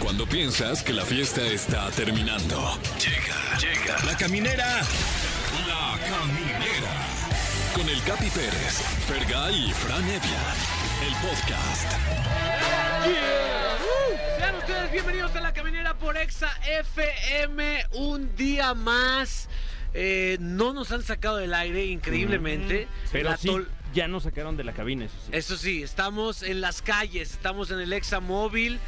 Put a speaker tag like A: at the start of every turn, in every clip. A: Cuando piensas que la fiesta está terminando. Llega, llega. La caminera. La caminera. Con el Capi Pérez, Fergal y Fran Evia. El podcast.
B: Sean ustedes bienvenidos a la caminera por Exa FM. Un día más. Eh, no nos han sacado del aire, increíblemente.
C: Pero
B: La
C: sí,
B: tol-
C: ya nos sacaron de la cabina, eso sí.
B: Eso sí, estamos en las calles, estamos en el Exa Móvil.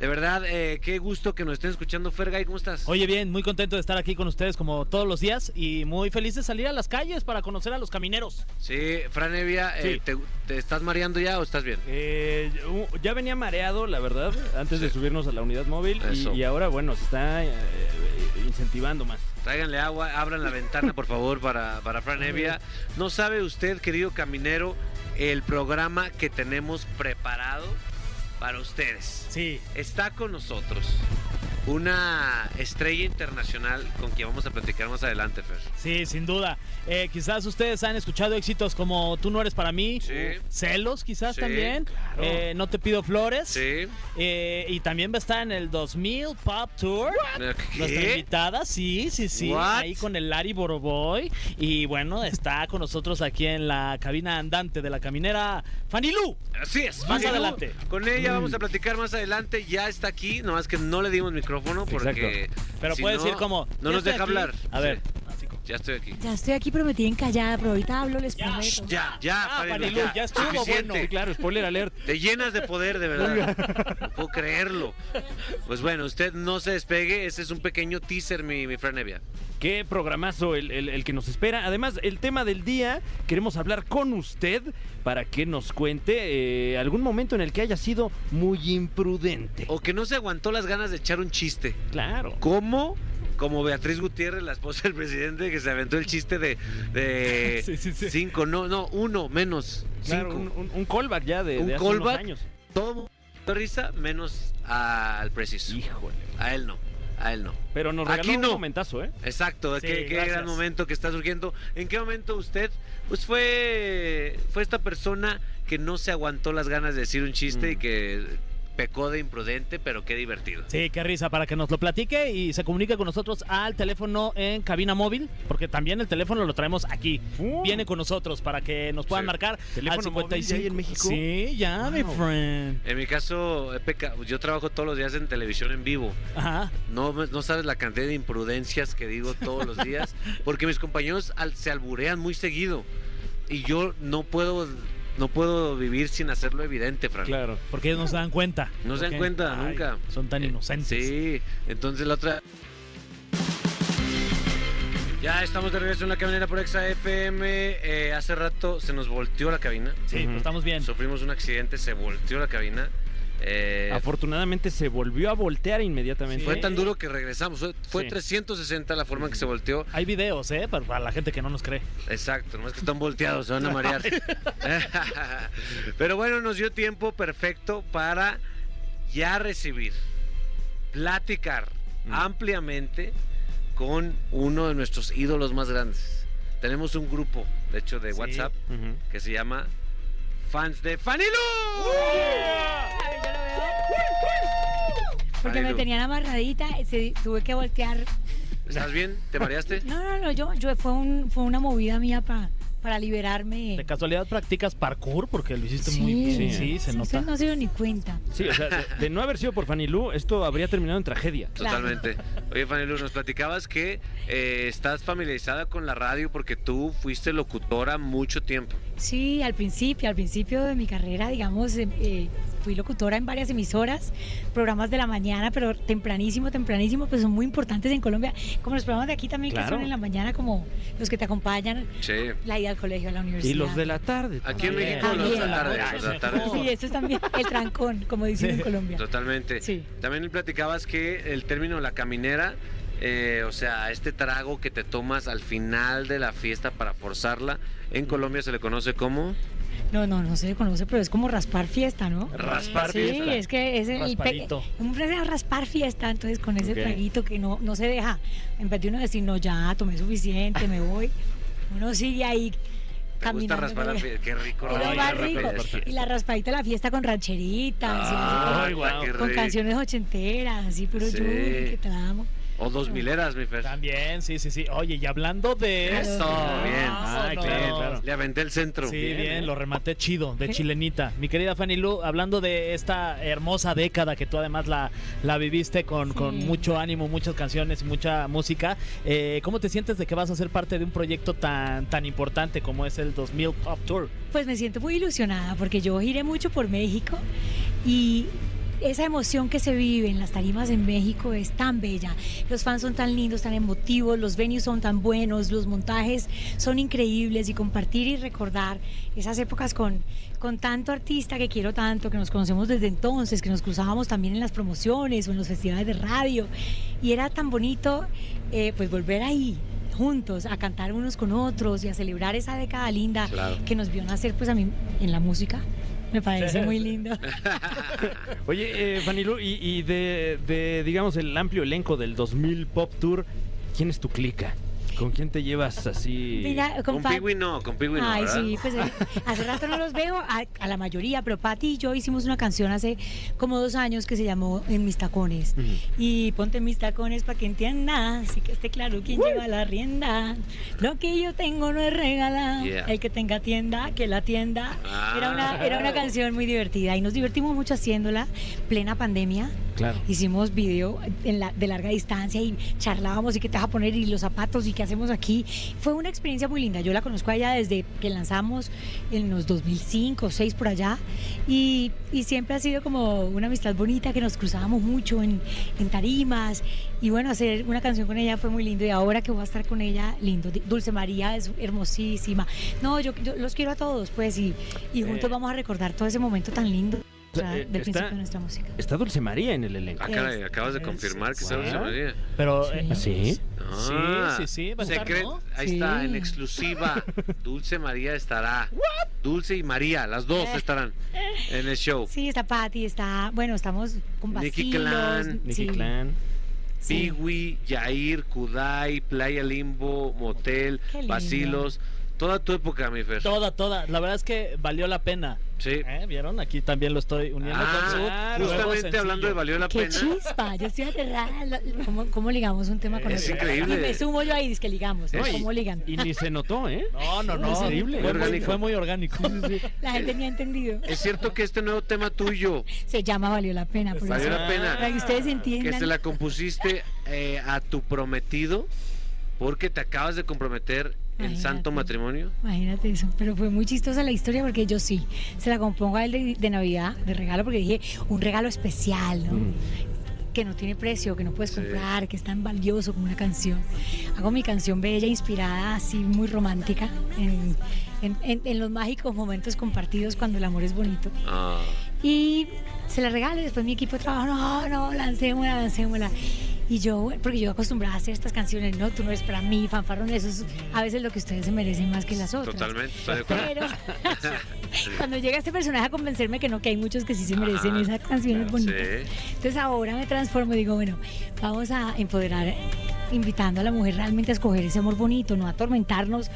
B: De verdad, eh, qué gusto que nos estén escuchando, Fergay. ¿Cómo estás?
D: Oye, bien, muy contento de estar aquí con ustedes como todos los días y muy feliz de salir a las calles para conocer a los camineros.
B: Sí, Fran Evia, eh,
C: Sí.
B: ¿te, te estás mareando ya o estás bien?
C: Eh, u- ya venía mareado, la verdad, antes de subirnos a la unidad móvil y-
B: Eso.
C: y, ahora, bueno, se está eh, incentivando más.
B: Tráiganle agua, abran la ventana, por favor, para, para Fran Evia. No sabe usted, querido caminero, el programa que tenemos preparado para ustedes.
D: Sí.
B: Está con nosotros una estrella internacional con quien vamos a platicar más adelante, Fer.
D: Sí, sin duda. Eh, quizás ustedes han escuchado éxitos como Tú no eres para mí,
B: Sí.
D: Celos quizás
B: Sí,
D: también,
C: claro.
D: eh, No te pido flores,
B: Sí.
D: eh, y también va a estar en el 2000 Pop Tour. Nuestra
B: ¿Qué?
D: invitada, sí, sí, sí,
B: What?
D: ahí con el Larry Boroboy. Y bueno, está con nosotros aquí en la cabina andante de la caminera Fanilú.
B: Así es.
D: Más
B: Marilu.
D: adelante. Mm.
B: Con ella vamos a platicar más adelante. Ya está aquí, nomás que no le dimos micrófono porque.
D: Pero
B: si
D: puede
B: no,
D: decir como.
B: No nos
D: "Ya estoy
B: deja
D: aquí".
B: hablar.
D: A ver.
B: Sí, ya estoy aquí.
E: Ya estoy aquí prometida en callada, pero ahorita hablo, les prometo.
B: Ya, ya,
D: Ah,
B: Marilu,
D: Marilu, ya estuvo
B: suficiente.
D: bueno.
C: Sí, claro, spoiler alert.
B: Te llenas de poder, de verdad. No puedo creerlo. Pues bueno, usted no se despegue. Ese es un pequeño teaser, mi, mi Fran Evia.
C: Qué programazo el, el- el que nos espera. Además, el tema del día, queremos hablar con usted para que nos cuente eh, algún momento en el que haya sido muy imprudente.
B: O que no se aguantó las ganas de echar un chiste.
C: claro.
B: ¿Cómo? Como Beatriz Gutiérrez, la esposa del presidente, que se aventó el chiste de, de
D: Sí, sí, sí.
B: cinco, no, no, uno, menos.
C: Claro,
B: cinco.
C: un, un- un callback ya de,
B: Un
C: de hace unos
B: callback.
C: años.
B: Todo mundo dio risa, menos al preciso.
C: Híjole.
B: A él no, a él no.
C: Pero nos
B: Aquí
C: regaló
B: no.
C: un momentazo, ¿eh?
B: Exacto,
D: Sí,
B: qué, qué
D: gracias.
B: gran momento que está surgiendo. ¿En qué momento usted pues fue fue esta persona que no se aguantó las ganas de decir un chiste y
C: Mm.
B: que pecó de imprudente, pero qué divertido?
D: Sí, qué risa, para que nos lo platique y se comunique con nosotros al teléfono en cabina móvil, porque también el teléfono lo traemos aquí.
C: ¡Fum!
D: Viene con nosotros para que nos puedan
B: Sí.
D: marcar al
C: ¿Teléfono móvil
D: 55.
C: ya hay en México?
D: Sí, ya, mi
C: Wow.
D: friend.
B: En mi caso, he peca- yo trabajo todos los días en televisión en vivo.
D: Ajá.
B: No, me- no sabes la cantidad de imprudencias que digo todos los días, porque mis compañeros al- se alburean muy seguido y yo no puedo no puedo vivir sin hacerlo evidente, Fran.
C: Claro.
D: Porque ellos no se dan cuenta.
B: No se dan
D: Porque,
B: cuenta
D: ay,
B: nunca.
D: Son tan
B: Eh,
D: inocentes.
B: Sí, entonces la otra. Ya estamos de regreso en la caminera por Exa FM. Eh, hace rato se nos volteó la cabina.
D: Sí,
C: Ujú.
D: pues estamos bien.
B: Sufrimos un accidente, se volteó la cabina. Eh,
C: Afortunadamente se volvió a voltear inmediatamente.
B: fue tan duro que regresamos. Fue, fue
C: Sí.
B: 360 la forma en que se volteó.
D: Hay videos, ¿eh? Para, para la gente que no nos cree.
B: Exacto, nomás que están volteados, se van a marear. Pero bueno, nos dio tiempo perfecto para ya recibir, platicar
C: Mm.
B: ampliamente con uno de nuestros ídolos más grandes. Tenemos un grupo, de hecho, de
D: Sí.
B: WhatsApp
C: Ujú.
B: que se llama Fans de Fanilo.
C: ¡Uh!
E: A ver, yo lo veo. Porque me
B: Marilu.
E: tenían amarradita, se- tuve que voltear.
B: ¿Estás bien? ¿Te mareaste?
E: No, no, no, yo, yo fue, un, fue una movida mía pa- para
D: ¿De
E: liberarme.
D: casualidad practicas parkour? Porque lo hiciste muy bien.
C: Sí.
D: Sí, se
E: sí,
D: nota.
E: sí, No se dio ni cuenta.
C: Sí, o sea, de, de no haber sido por Fanny Lu, esto habría terminado en tragedia.
E: Claro.
B: Totalmente. Oye, Faniluz, nos platicabas que eh, estás familiarizada con la radio porque tú fuiste locutora mucho tiempo.
E: Sí, al principio, al principio de mi carrera, digamos, eh, eh, fui locutora en varias emisoras, programas de la mañana, pero tempranísimo, tempranísimo, pues son muy importantes en Colombia, como los programas de aquí también que
C: Claro.
E: son en la mañana, como los que te acompañan,
B: Sí.
E: la ida al colegio, a la universidad.
C: Y los de la tarde.
B: Aquí en
D: También.
E: Ah,
B: México los de la tarde,
D: También.
B: los de la tarde.
D: Ay,
E: Sí, eso es también el trancón, como dicen en Colombia.
B: Totalmente.
E: Sí.
B: También platicabas que el término la caminera, eh, o sea, este trago que te tomas al final de la fiesta para forzarla, en Colombia se le conoce como
E: No, no, no se conoce, pero es como raspar fiesta, ¿no?
B: raspar
E: sí,
B: fiesta.
E: es que es el pe-
D: Raspadito.
E: un frase a raspar fiesta, entonces con ese
C: Ok.
E: traguito que no, no se deja, en vez de uno decir, no, ya, tomé suficiente, me voy, uno sigue ahí
B: ¿Te gusta
E: Caminando
B: raspar
E: por
B: las
E: el-
B: piedras? Qué rico.
E: Era
B: raspar
E: lo
D: Ay,
E: más
D: qué
B: las
E: rico.
D: rico,
B: piedras.
E: Y la raspadita de la fiesta con rancheritas, y
B: Ah,
E: así,
D: Ay, guau.
B: qué
E: con
B: rico.
E: canciones ochenteras, así puro
B: Sí.
E: yuri, que te amo.
B: O dos mileras, mi Fer.
D: También, sí, sí, sí. Oye, y hablando de.
E: Eso,
B: bien.
D: Ah,
C: Ay,
D: no.
C: claro, claro.
B: Le aventé el centro.
D: Sí, bien, lo rematé chido, de chilenita. Mi querida Fanny Lu, hablando de esta hermosa década que tú además la, la viviste con,
E: Sí.
D: con mucho ánimo, muchas canciones y mucha música, eh, ¿cómo te sientes de que vas a ser parte de un proyecto tan, tan importante como es el 2000 Pop Tour?
E: Pues me siento muy ilusionada porque yo giré mucho por México y esa emoción que se vive en las tarimas en México es tan bella. Los fans son tan lindos, tan emotivos, los venues son tan buenos, los montajes son increíbles y compartir y recordar esas épocas con, con tanto artista que quiero tanto, que nos conocemos desde entonces, que nos cruzábamos también en las promociones o en los festivales de radio y era tan bonito eh, pues volver ahí juntos a cantar unos con otros y a celebrar esa década linda
B: Claro.
E: que nos vio nacer pues a mí en la música. Me parece muy lindo.
C: Oye, eh, Fanilú, y, y de, de, digamos, el amplio elenco del 2000 Pop Tour, ¿quién es tu clica? ¿Con quién te llevas así?
E: Mira,
B: Con
E: Pat-
B: Pigui no, con Pigui no.
E: Ay,
B: ¿verdad?
E: sí, pues eh, hace rato no los veo, a, a la mayoría, pero Patti y yo hicimos una canción hace como dos años que se llamó En mis tacones.
B: Mm.
E: Y ponte mis tacones para que entiendas y que esté claro quién lleva la rienda. Lo que yo tengo no es regalado.
B: Yeah.
E: El que tenga tienda, que la tienda. Era,
B: Ah.
E: una, era una canción muy divertida y nos divertimos mucho haciéndola, plena pandemia.
C: Claro.
E: Hicimos video en la- de larga distancia y charlábamos y qué te vas a poner y los zapatos y qué hacemos aquí. Fue una experiencia muy linda. Yo la conozco a ella desde que lanzamos en los 2005, 2006 por allá. Y, y siempre ha sido como una amistad bonita que nos cruzábamos mucho en, en tarimas. Y bueno, hacer una canción con ella fue muy lindo. Y ahora que voy a estar con ella, lindo. Dulce María es hermosísima. No, yo, yo los quiero a todos, pues, y, y juntos
C: Eh.
E: vamos a recordar todo ese momento tan lindo. o sea,
C: Eh,
E: del
C: está-
E: principio de nuestra música.
C: Está Dulce María en el elenco.
B: Ah, caray,
E: Es-
B: acabas de
D: es-
B: confirmar que
C: Wow.
B: sabes María.
D: Pero,
E: Sí.
D: eh,
C: ¿Ah, sí?
B: Ah,
D: sí, sí, va a estar,
B: secret-
D: ¿no?
B: Ahí
E: Sí.
B: está, en exclusiva. Dulce María estará. Dulce y María, las dos estarán en el show.
E: Sí, está Patty, está, bueno, estamos con
B: Nicky
E: Bacilos.
B: Clan,
C: Nicky
E: sí,
C: Clan.
E: sí.
B: Piwi, Yair, Kudai, Playa Limbo, Motel,
E: Qué lindo.
B: Basilos. Toda tu época, mi Fer.
D: Toda, toda. La verdad es que valió la pena.
B: Sí.
D: ¿Eh? ¿Vieron? Aquí también lo estoy uniendo con su
B: Ah,
D: nuevo
B: justamente
D: sencillo.
B: hablando de valió la
E: Qué
B: pena.
E: chispa, yo estoy aterrada. la- la- ¿Cómo, cómo ligamos un tema con
D: Es
E: otro?
B: increíble.
E: Y me sumo yo ahí, es que ligamos, ¿no?
C: No, y-
E: ¿Cómo ligan?
C: Y ni se notó, ¿eh?
D: No, no, no.
E: Es
C: increíble.
D: Fue muy,
B: Orgánico.
D: fue muy orgánico.
E: La gente ni ha entendido.
B: Es cierto que este nuevo tema tuyo,
E: Se llama Valió la Pena, por
B: Valió
E: eso.
D: ah,
B: la pena.
E: Para que ustedes
B: que
E: Pues entiendan.
B: se la compusiste eh, a tu prometido, porque te acabas de comprometer en
E: Imagínate.
B: santo matrimonio.
E: Imagínate eso, pero fue muy chistosa la historia porque yo sí, se la compongo a él de, de Navidad, de regalo, porque dije, un regalo especial, ¿no? Que no tiene precio, que no puedes
B: Sí.
E: comprar, que es tan valioso como una canción. Hago mi canción bella, inspirada, así muy romántica, en, en- en- en los mágicos momentos compartidos cuando el amor es bonito.
B: Ah,
E: Y se la regalo y después mi equipo de trabajo, no, no, lancémosla, lancémosla. Y yo, bueno, porque yo acostumbrada a hacer estas canciones, no, tú no eres para mí, fanfarrón, eso es a veces lo que ustedes se merecen más que las otras.
B: totalmente, estoy de acuerdo.
E: Pero cuando llega este personaje a convencerme que no, que hay muchos que sí se merecen
B: Ajá,
E: esas canciones bonitas.
B: Sí.
E: Entonces ahora me transformo y digo, bueno, vamos a empoderar, invitando a la mujer realmente a escoger ese amor bonito, no a atormentarnos,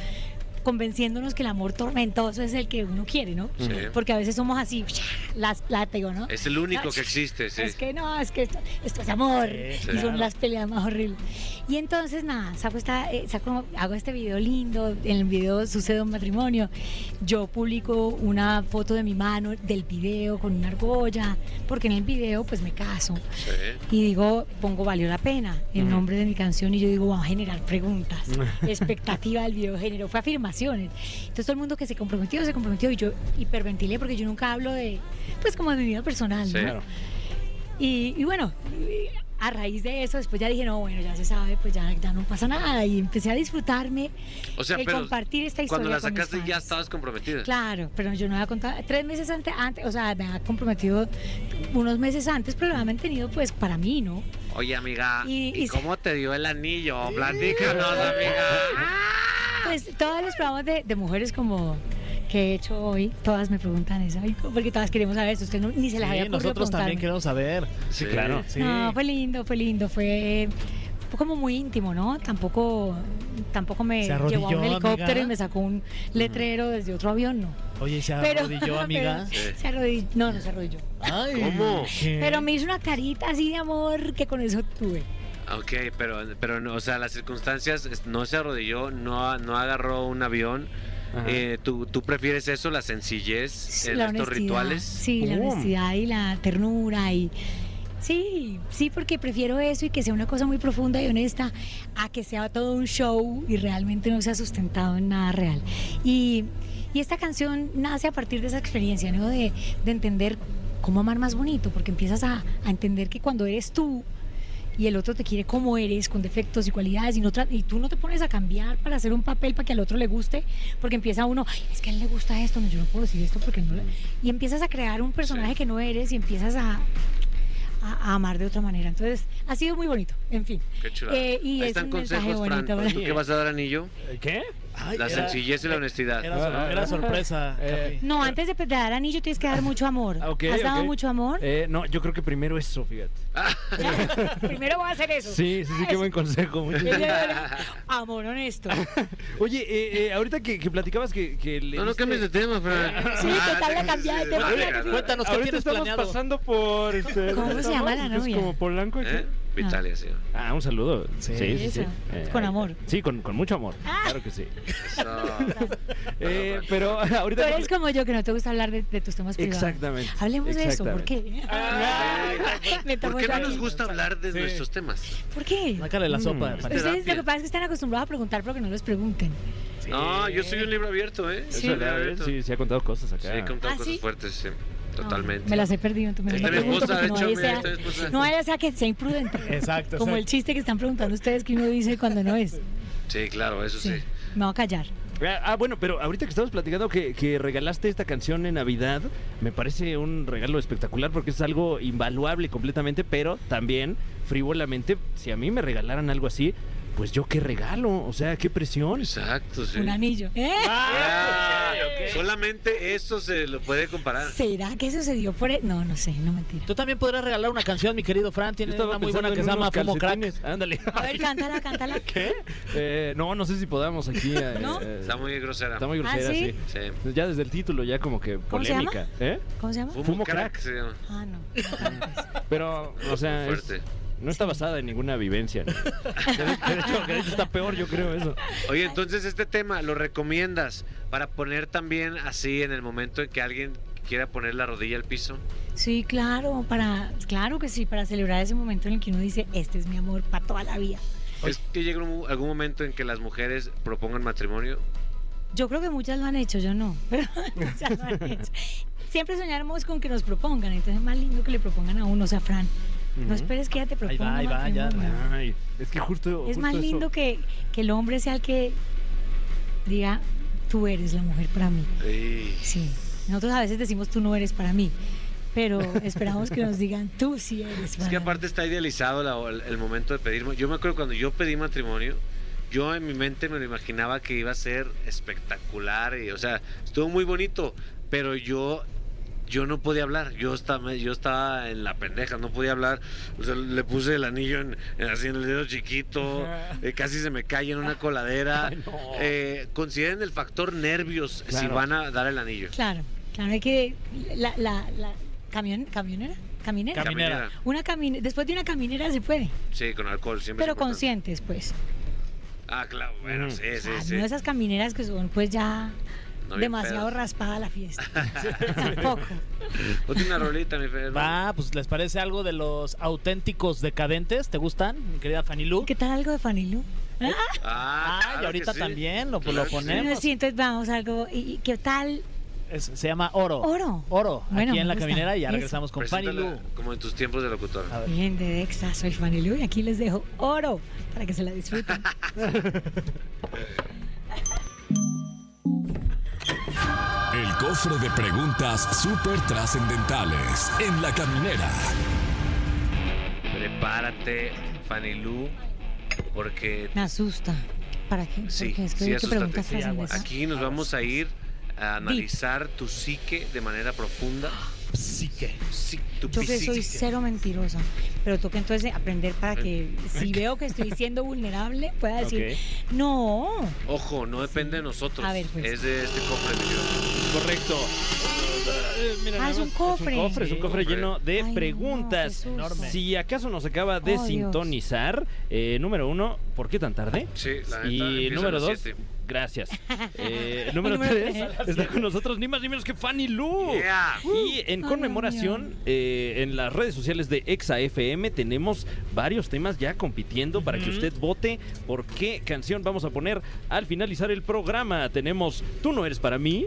E: convenciéndonos que el amor tormentoso es el que uno quiere, ¿no?
B: Sí.
E: Porque a veces somos así, las látigo, ¿no?
B: Es el único
E: Ah,
B: que existe, sí.
E: Es que no, es que esto, esto es amor.
D: Sí,
E: y
D: claro.
E: son las peleas más horribles. Y entonces, nada, saco esta, eh, saco- hago este video lindo. En el video sucede un matrimonio. Yo publico una foto de mi mano del video con una argolla, porque en el video, pues me caso.
B: sí.
E: Y digo, pongo valió la pena el
C: Ujú.
E: nombre de mi canción y yo digo, vamos a generar preguntas. Expectativa del video género, fue afirmaciones. Entonces todo el mundo que se comprometió, se comprometió y yo hiperventilé porque yo nunca hablo de, pues como de mi vida personal.
B: Sí.
E: ¿no?
B: Claro.
E: Y, y bueno, y a raíz de eso, después ya dije, no, bueno, ya se sabe, pues ya, ya no pasa nada. Y empecé a disfrutarme
B: O sea,
E: el
B: pero
E: compartir esta historia.
B: cuando la
E: con mis
B: sacaste ya
E: fans.
B: estabas comprometida.
E: Claro, pero yo no había contado. Tres meses antes, antes, o sea, me había comprometido unos meses antes, pero lo habían tenido pues para mí, ¿no?
B: Oye, amiga, ¿y,
E: Y- y se-
B: cómo te dio el anillo? Platícanos, amiga. Ah.
E: Pues todos los programas de, de mujeres como que he hecho hoy, todas me preguntan eso, ay, porque todas queremos saber eso, usted no- ni se las
D: Sí,
E: había ocurrido
D: nosotros también
E: preguntarme.
D: queremos saber.
B: Sí, claro.
D: Sí.
E: No, fue lindo, fue lindo, fue como muy íntimo, ¿no? Tampoco, tampoco me
D: Se
E: llevó
D: arrodilló,
E: a un helicóptero
D: amiga.
E: y me sacó un letrero desde otro avión, no.
D: Oye, se
E: Pero,
D: arrodilló, amiga.
E: pero se arrodilló. No, no se arrodilló.
D: Ay,
B: ¿Cómo?
D: ¿qué?
E: Pero me hizo una carita así de amor que con eso tuve.
B: Ok, pero, pero no, o sea, las circunstancias es- no se arrodilló, no, no agarró un avión.
C: Ajá.
B: Eh, ¿tú, tú prefieres eso, la sencillez en
E: la
B: estos
E: honestidad.
B: rituales?
E: Sí, la
C: ¡Pum!
E: honestidad y la ternura y sí, sí, porque prefiero eso y que sea una cosa muy profunda y honesta a que sea todo un show y realmente no sea sustentado en nada real. Y, y esta canción nace a partir de esa experiencia, ¿no? De, de entender cómo amar más bonito, porque empiezas a, a entender que cuando eres tú y el otro te quiere como eres, con defectos y cualidades, y, no tra- y tú no te pones a cambiar para hacer un papel para que al otro le guste, porque empieza uno, "Ay, es que a él le gusta esto, no, yo no puedo decir esto porque no le... Y empiezas a crear un personaje que no eres y empiezas a, a- a amar de otra manera. Entonces, ha sido muy bonito, en fin.
B: Qué chulada.
E: Eh, y
B: Ahí
E: es
B: están
E: un mensaje
B: consejos, Fran.
E: bonito, ¿verdad?
B: ¿Tú qué vas a dar, anillo?
C: ¿Qué?
D: Ay,
B: La
D: era-
B: sencillez y la honestidad. Ah.
D: Era, sor- era sorpresa,
C: Eh,
D: Capi.
E: No, antes de pe- de dar anillo tienes que dar mucho amor.
C: Ah, ok,
E: ¿Has dado
C: ok.
E: mucho amor?
C: Eh, no, yo creo que primero eso, fíjate.
E: Primero voy a hacer eso.
C: Sí, sí, sí, qué buen consejo. Muchas gracias.
E: Amor honesto.
C: Oye, eh, eh, ahorita que, que platicabas que, que le
B: No, no
C: diste-
B: cambies de tema, Fran.
E: Sí,
B: Ah,
E: total, la
B: sí,
E: cambié de
B: sí,
E: tema,
B: sí,
E: ya
B: sí,
E: te
B: sí.
E: fui.
D: Cuéntanos, ¿qué
C: Ahorita
D: tienes
C: estamos
D: planeado?
C: pasando por... Este,
E: ¿Cómo se
C: estamos-
E: llama la
C: es
E: novia?
C: como Polanco. aquí.
B: ¿Eh? Vitalia, sí.
C: Ah, un saludo.
D: Sí.
E: Eso. Con
C: ahí-
E: amor.
C: Eh,
E: Ah.
C: Sí, con, con mucho amor. Claro que sí.
B: Eso.
C: Eh, pero ahorita...
E: Tú eres como yo que no te gusta hablar de, de tus temas privados.
C: Exactamente.
E: Hablemos de eso, ¿por qué? Me
B: ¿Por
E: tomo
B: qué no
E: el
B: nos
E: trago.
B: gusta hablar de
D: Sí.
B: nuestros temas?
E: ¿Por qué?
D: Sácale la sopa.
C: Mm.
D: Pati.
E: Ustedes
B: terapia.
E: lo que pasa es que están acostumbrados a preguntar, pero que no les pregunten.
B: No, yo soy un libro abierto, ¿eh?
C: Es
B: Soy un libro
C: verdad, ¿eh?
B: abierto.
C: Sí, sí, ha contado cosas
B: Sí,
C: acá.
B: he contado
E: ¿Ah,
B: cosas
E: sí?
B: fuertes, sí.
E: No,
B: Totalmente. Este
E: me las he perdido, entonces
B: Está
E: me
B: mi
E: pregunto
B: esposa, de
E: porque no
B: hecho,
E: vaya
B: mira,
E: sea-
B: está mi esposa.
E: no vaya a ser que sea imprudente.
D: Exacto.
E: Como
D: exacto.
E: el chiste que están preguntando ustedes que uno dice cuando no es.
B: Sí, claro, eso sí.
E: Sí, me voy a callar.
C: Ah, ah, bueno, pero ahorita que estamos platicando que, que regalaste esta canción en Navidad, me parece un regalo espectacular porque es algo invaluable completamente, pero también frívolamente, si a mí me regalaran algo así, pues yo qué regalo, o sea, qué presión.
B: Exacto, sí.
E: Un anillo. ¿Eh?
B: Ah, Solamente eso se lo puede comparar.
E: ¿Será que eso se dio por...? e- No, no sé, no mentira.
D: Tú también podrás regalar una canción, mi querido Fran.
C: Yo
D: Tiene
C: estaba
D: una muy
C: pensando
D: buena que
C: en
D: se llama
C: unos
D: Fumo Crack.
C: calcetines. Ándale.
E: A ver, cántala, cántala.
C: ¿Qué? Eh, no, no sé si podamos aquí. eh,
E: ¿No?
C: eh,
B: Está muy grosera.
C: está muy grosera,
E: ¿Ah, sí?
C: sí?
B: Sí.
C: Ya desde el título ya como que
E: ¿Cómo se
C: polémica, ¿eh?
E: ¿Cómo se llama?
B: Fumo,
C: Fumo
B: crack.
C: crack.
B: se llama.
E: Ah, no. no cantes.
C: Pero, o sea,
B: Muy
C: es-
B: fuerte.
C: no está basada en ninguna vivencia. ¿no? Que de- que de hecho- que de hecho está peor, yo creo eso.
B: Oye, entonces este tema lo recomiendas para poner también así en el momento en que alguien quiera poner la rodilla al piso.
E: Sí, claro, para, claro que sí, para celebrar ese momento en el que uno dice, este es mi amor para toda la vida.
B: ¿Es que llega un- algún momento en que las mujeres propongan matrimonio?
E: Yo creo que muchas lo han hecho, yo no, pero muchas lo han hecho. Siempre soñamos con que nos propongan, entonces es más lindo que le propongan a uno, o sea, Fran, no esperes que ella te
D: Ahí
E: proponga.
D: va, ahí va, ya.
E: matrimonio.
C: Ay, es que justo.
E: Es
C: justo
E: más
C: eso.
E: lindo que, que el hombre sea el que diga, tú eres la mujer para mí.
B: Sí.
E: Sí, nosotros a veces decimos, tú no eres para mí, pero esperamos que nos digan, tú sí eres para
B: Es que
E: mí".
B: aparte está idealizado la- el, el momento de pedir. Yo me acuerdo cuando yo pedí matrimonio, yo en mi mente me lo imaginaba que iba a ser espectacular y, o sea, estuvo muy bonito, pero yo yo no podía hablar, yo estaba, yo estaba en la pendeja, no podía hablar, o sea, le puse el anillo en, en- así en el dedo chiquito, eh, casi se me cae en una coladera.
C: Ay, no.
B: Eh, consideren el factor nervios si
C: Claro.
B: van a dar el anillo.
E: Claro, claro, hay que. La, la, la- camion- ¿Camionera? ¿Caminera?
D: Cam- Caminera.
E: una camine, después de una caminera se puede,
B: Sí, pues, con alcohol, siempre.
E: pero
B: es importante.
E: conscientes, pues.
B: Ah, claro, bueno,
C: Mm.
B: sí,
E: O
B: sí,
E: sea,
B: sí.
E: No esas camineras que son, pues ya
B: No, bien
E: demasiado
B: pedas.
E: raspada la fiesta. Tampoco.
B: Ponte una rolita, mi Fer. Ah,
D: Va, pues les parece algo de los auténticos decadentes. ¿Te gustan, mi querida Fanilú?
E: ¿Qué tal algo de Fanilú?
B: Ah,
D: Ah,
B: claro
D: y
B: que
D: ahorita
B: sí.
D: también lo,
B: Claro
D: lo
B: que sí.
E: Bueno,
D: ponemos.
E: sí, entonces vamos algo. ¿Y y qué tal?
D: Es- se llama Oro.
E: Oro.
D: Oro.
E: Bueno,
D: aquí
E: me
D: en la
E: gusta.
D: caminera y ya
E: Eso.
D: regresamos con
B: Preséntala
D: Fanilú.
B: como en tus tiempos de locutor.
D: A ver.
E: Bien, de Dexa, soy Fanilú y aquí les dejo oro para que se la disfruten.
A: El cofre de preguntas súper trascendentales en la caminera.
B: Prepárate, Fanny Lu, porque
E: Me asusta. ¿Para qué?
B: Sí,
E: Porque es que
B: sí,
E: oye, que
B: asústate.
E: preguntas
B: Sí,
E: trascendentes.
B: aquí nos vamos a ir a analizar tu psique de manera profunda
D: psique.
B: Sí, tu
E: Yo que soy
B: pisique.
E: cero mentirosa, pero toca entonces aprender para que si veo que estoy siendo vulnerable pueda decir, no,
B: Ojo, no depende de nosotros.
E: A ver, pues.
B: Es de este cofre, mi querido.
C: Correcto. Eh, mira,
E: Ah,
C: nada
E: es
C: más,
E: un cofre.
C: Es un cofre, es un
B: Sí,
C: cofre
B: cofre.
C: lleno
E: Ay,
C: de
E: no,
C: preguntas.
E: Jesús.
D: Enorme.
C: si acaso nos acaba de
E: Oh, Dios.
C: sintonizar, eh, número uno, ¿por qué tan tarde?
B: Sí, la neta.
C: Y
B: empieza a
C: número
B: las
C: dos,
B: siete.
C: gracias. Eh, número
E: número
C: tres,
E: tres. Uh.
C: está con nosotros ni más ni menos que Fanny Lu.
B: Yeah.
C: Y en
E: Ay,
C: conmemoración,
E: Dios
C: eh, en las redes sociales de Exa FM tenemos varios temas ya compitiendo para que
D: Ujú.
C: usted vote por qué canción vamos a poner al finalizar el programa. Tenemos Tú no eres para mí,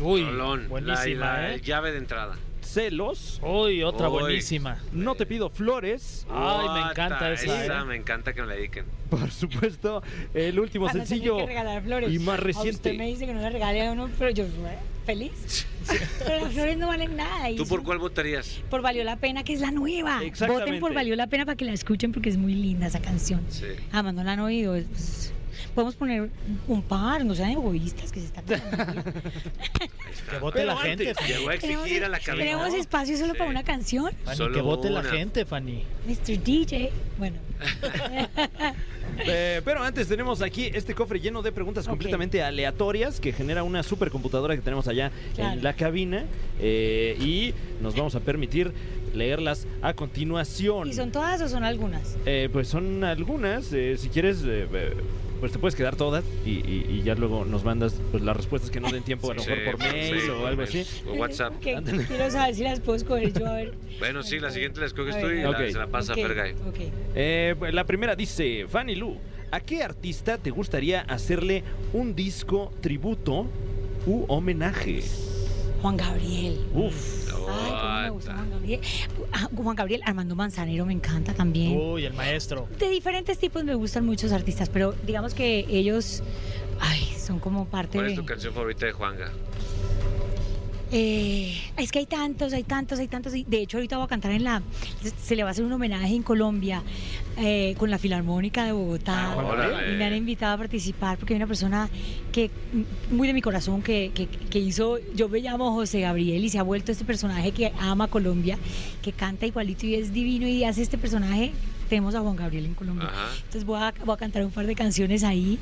D: Uy,
B: Rolón, la-
D: buenísima,
B: la
D: ¿eh?
B: llave de entrada.
C: Celos,
D: Uy, otra
B: Uy.
D: buenísima.
C: No te pido flores,
D: Ay, me encanta
B: Guata,
D: esa, ¿eh?
B: me encanta que me la dediquen.
C: por supuesto, el último
E: para Ah, no tener
C: sencillo.
E: que regalar flores.
C: y más
E: A
C: reciente.
E: Usted me dice que no le regale a uno, pero yo ¿eh? feliz. Pero las flores no valen nada. y
B: ¿Tú
E: es
B: por
E: un-
B: cuál votarías?
E: Por Valió la Pena, que es la nueva. Voten
C: Exactamente.
E: por Valió la Pena para que la escuchen porque es muy linda esa canción.
B: Sí.
E: Además, no la han oído. es- pues, Podemos poner un par, no sean egoístas que se está acabando.
D: Que vote la gente. Fanny.
B: Llegó a exigir a la cabina.
E: ¿Tenemos espacio solo
B: Sí.
E: para una canción?
D: Fanny,
B: Solo
D: que vote la
B: una.
D: gente, Fanny.
E: Mr. DJ. Bueno,
C: Eh, pero antes tenemos aquí este cofre lleno de preguntas
E: Ok.
C: completamente aleatorias que genera una supercomputadora que tenemos allá
E: Claro.
C: en la cabina eh, y nos vamos a permitir leerlas a continuación.
E: ¿y son todas o son algunas?
C: Eh, pues son algunas, eh, si quieres, eh, eh, pues te puedes quedar todas y, y- y ya luego nos mandas pues, las respuestas que no den tiempo, a lo
B: Sí,
C: mejor por
B: sí,
C: mail
B: sí,
C: o
B: por
C: algo
B: mail.
C: así.
B: O WhatsApp.
E: Que- Quiero saber si las puedo escoger yo. A ver.
B: Bueno, sí, la siguiente la escoges
E: A
B: tú y
E: ver,
B: la,
E: a
C: ver.
B: se la pasa
E: Ok,
B: a Fergay.
E: ok.
C: Eh, pues, la primera dice, Fanny Lu, ¿a qué artista te gustaría hacerle un disco tributo u homenaje?
E: Juan Gabriel.
C: Uf.
E: Ay, cómo me gusta
B: Guata.
E: Juan Gabriel. Ah, Juan Gabriel, Armando Manzanero me encanta también.
D: Uy, el
B: Oh.
D: maestro.
E: De diferentes tipos me gustan muchos artistas, pero digamos que ellos ay, son como parte
B: ¿Cuál es
E: de...
B: tu canción favorita de Juanga?
E: Eh, es que hay tantos, hay tantos, hay tantos. y De hecho, ahorita voy a cantar en la. Se le va a hacer un homenaje en Colombia eh, con la Filarmónica de Bogotá.
B: Ah, órale.
E: y me han invitado a participar porque hay una persona que mm, muy de mi corazón que, que- que hizo. Yo me llamo José Gabriel y se ha vuelto este personaje que ama Colombia, que canta igualito y es divino y hace este personaje. Tenemos a Juan Gabriel en Colombia.
B: Ajá.
E: Entonces voy a, voy a cantar un par de canciones ahí,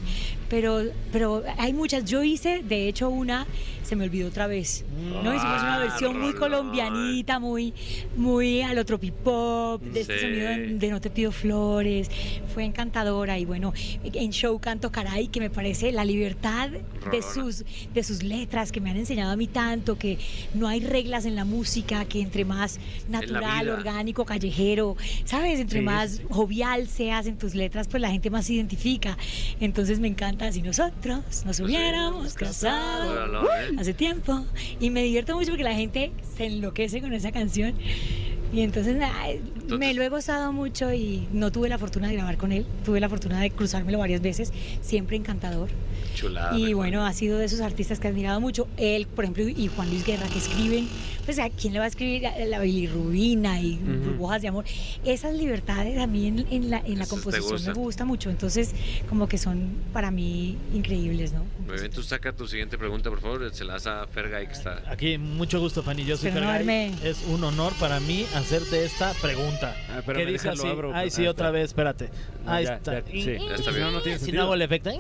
E: pero, pero hay muchas. Yo hice, de hecho, una, se me olvidó otra vez. No, hicimos una
B: Ah,
E: versión muy
B: rolón.
E: colombianita, muy, muy al otro pop, de este
B: Sí.
E: sonido de, de No te pido flores. Fue encantadora y bueno, en show canto caray, que me parece la libertad de
B: Rolona.
E: sus, de sus letras que me han enseñado a mí tanto, que no hay reglas en la música, que entre más
B: la
E: natural,
B: vida.
E: orgánico, callejero, ¿sabes? Entre
D: Sí,
E: más
D: sí, sí.
E: jovial seas en tus letras, pues la gente más se identifica. Entonces me encanta si nosotros
D: Pues
E: nos hubiéramos casado
B: Rolón, ¿eh?
E: hace tiempo. Y me divierto mucho porque la gente se enloquece con esa canción. Y entonces, nada, me lo he gozado mucho y no tuve la fortuna de grabar con él. Tuve la fortuna de cruzármelo varias veces. Siempre encantador.
B: Chulada.
E: Y
B: me
E: bueno, ha sido de esos artistas que he admirado mucho. Él, por ejemplo, y Juan Luis Guerra, que escriben, pues a quién le va a escribir A la bilirrubina y
C: Ujú.
E: burbujas de amor. Esas libertades a mí en, en la, en la
B: Esas te
E: composición me
B: gustan.
E: gusta mucho. Entonces, como que son para mí increíbles, ¿no?
B: acuerdo. Muy bien, tú saca tu siguiente pregunta, por favor. Se la das a Fergay que está.
D: Aquí, mucho gusto, Fanny. Yo soy
E: Espero no
D: Fergay.
E: haberme-
D: Es un honor para mí hacerte esta pregunta.
C: Ah,
D: ¿Qué
C: espérame,
D: dice
C: déjalo,
D: así?
C: abro.
D: Ay, sí,
C: Ah,
D: otra
C: está.
D: vez, espérate.
C: No,
D: Ahí
C: ya,
D: está.
C: ya, sí.
B: Ya está bien.
C: No, no tiene
D: Si
C: sentido.
D: no hago el efecto.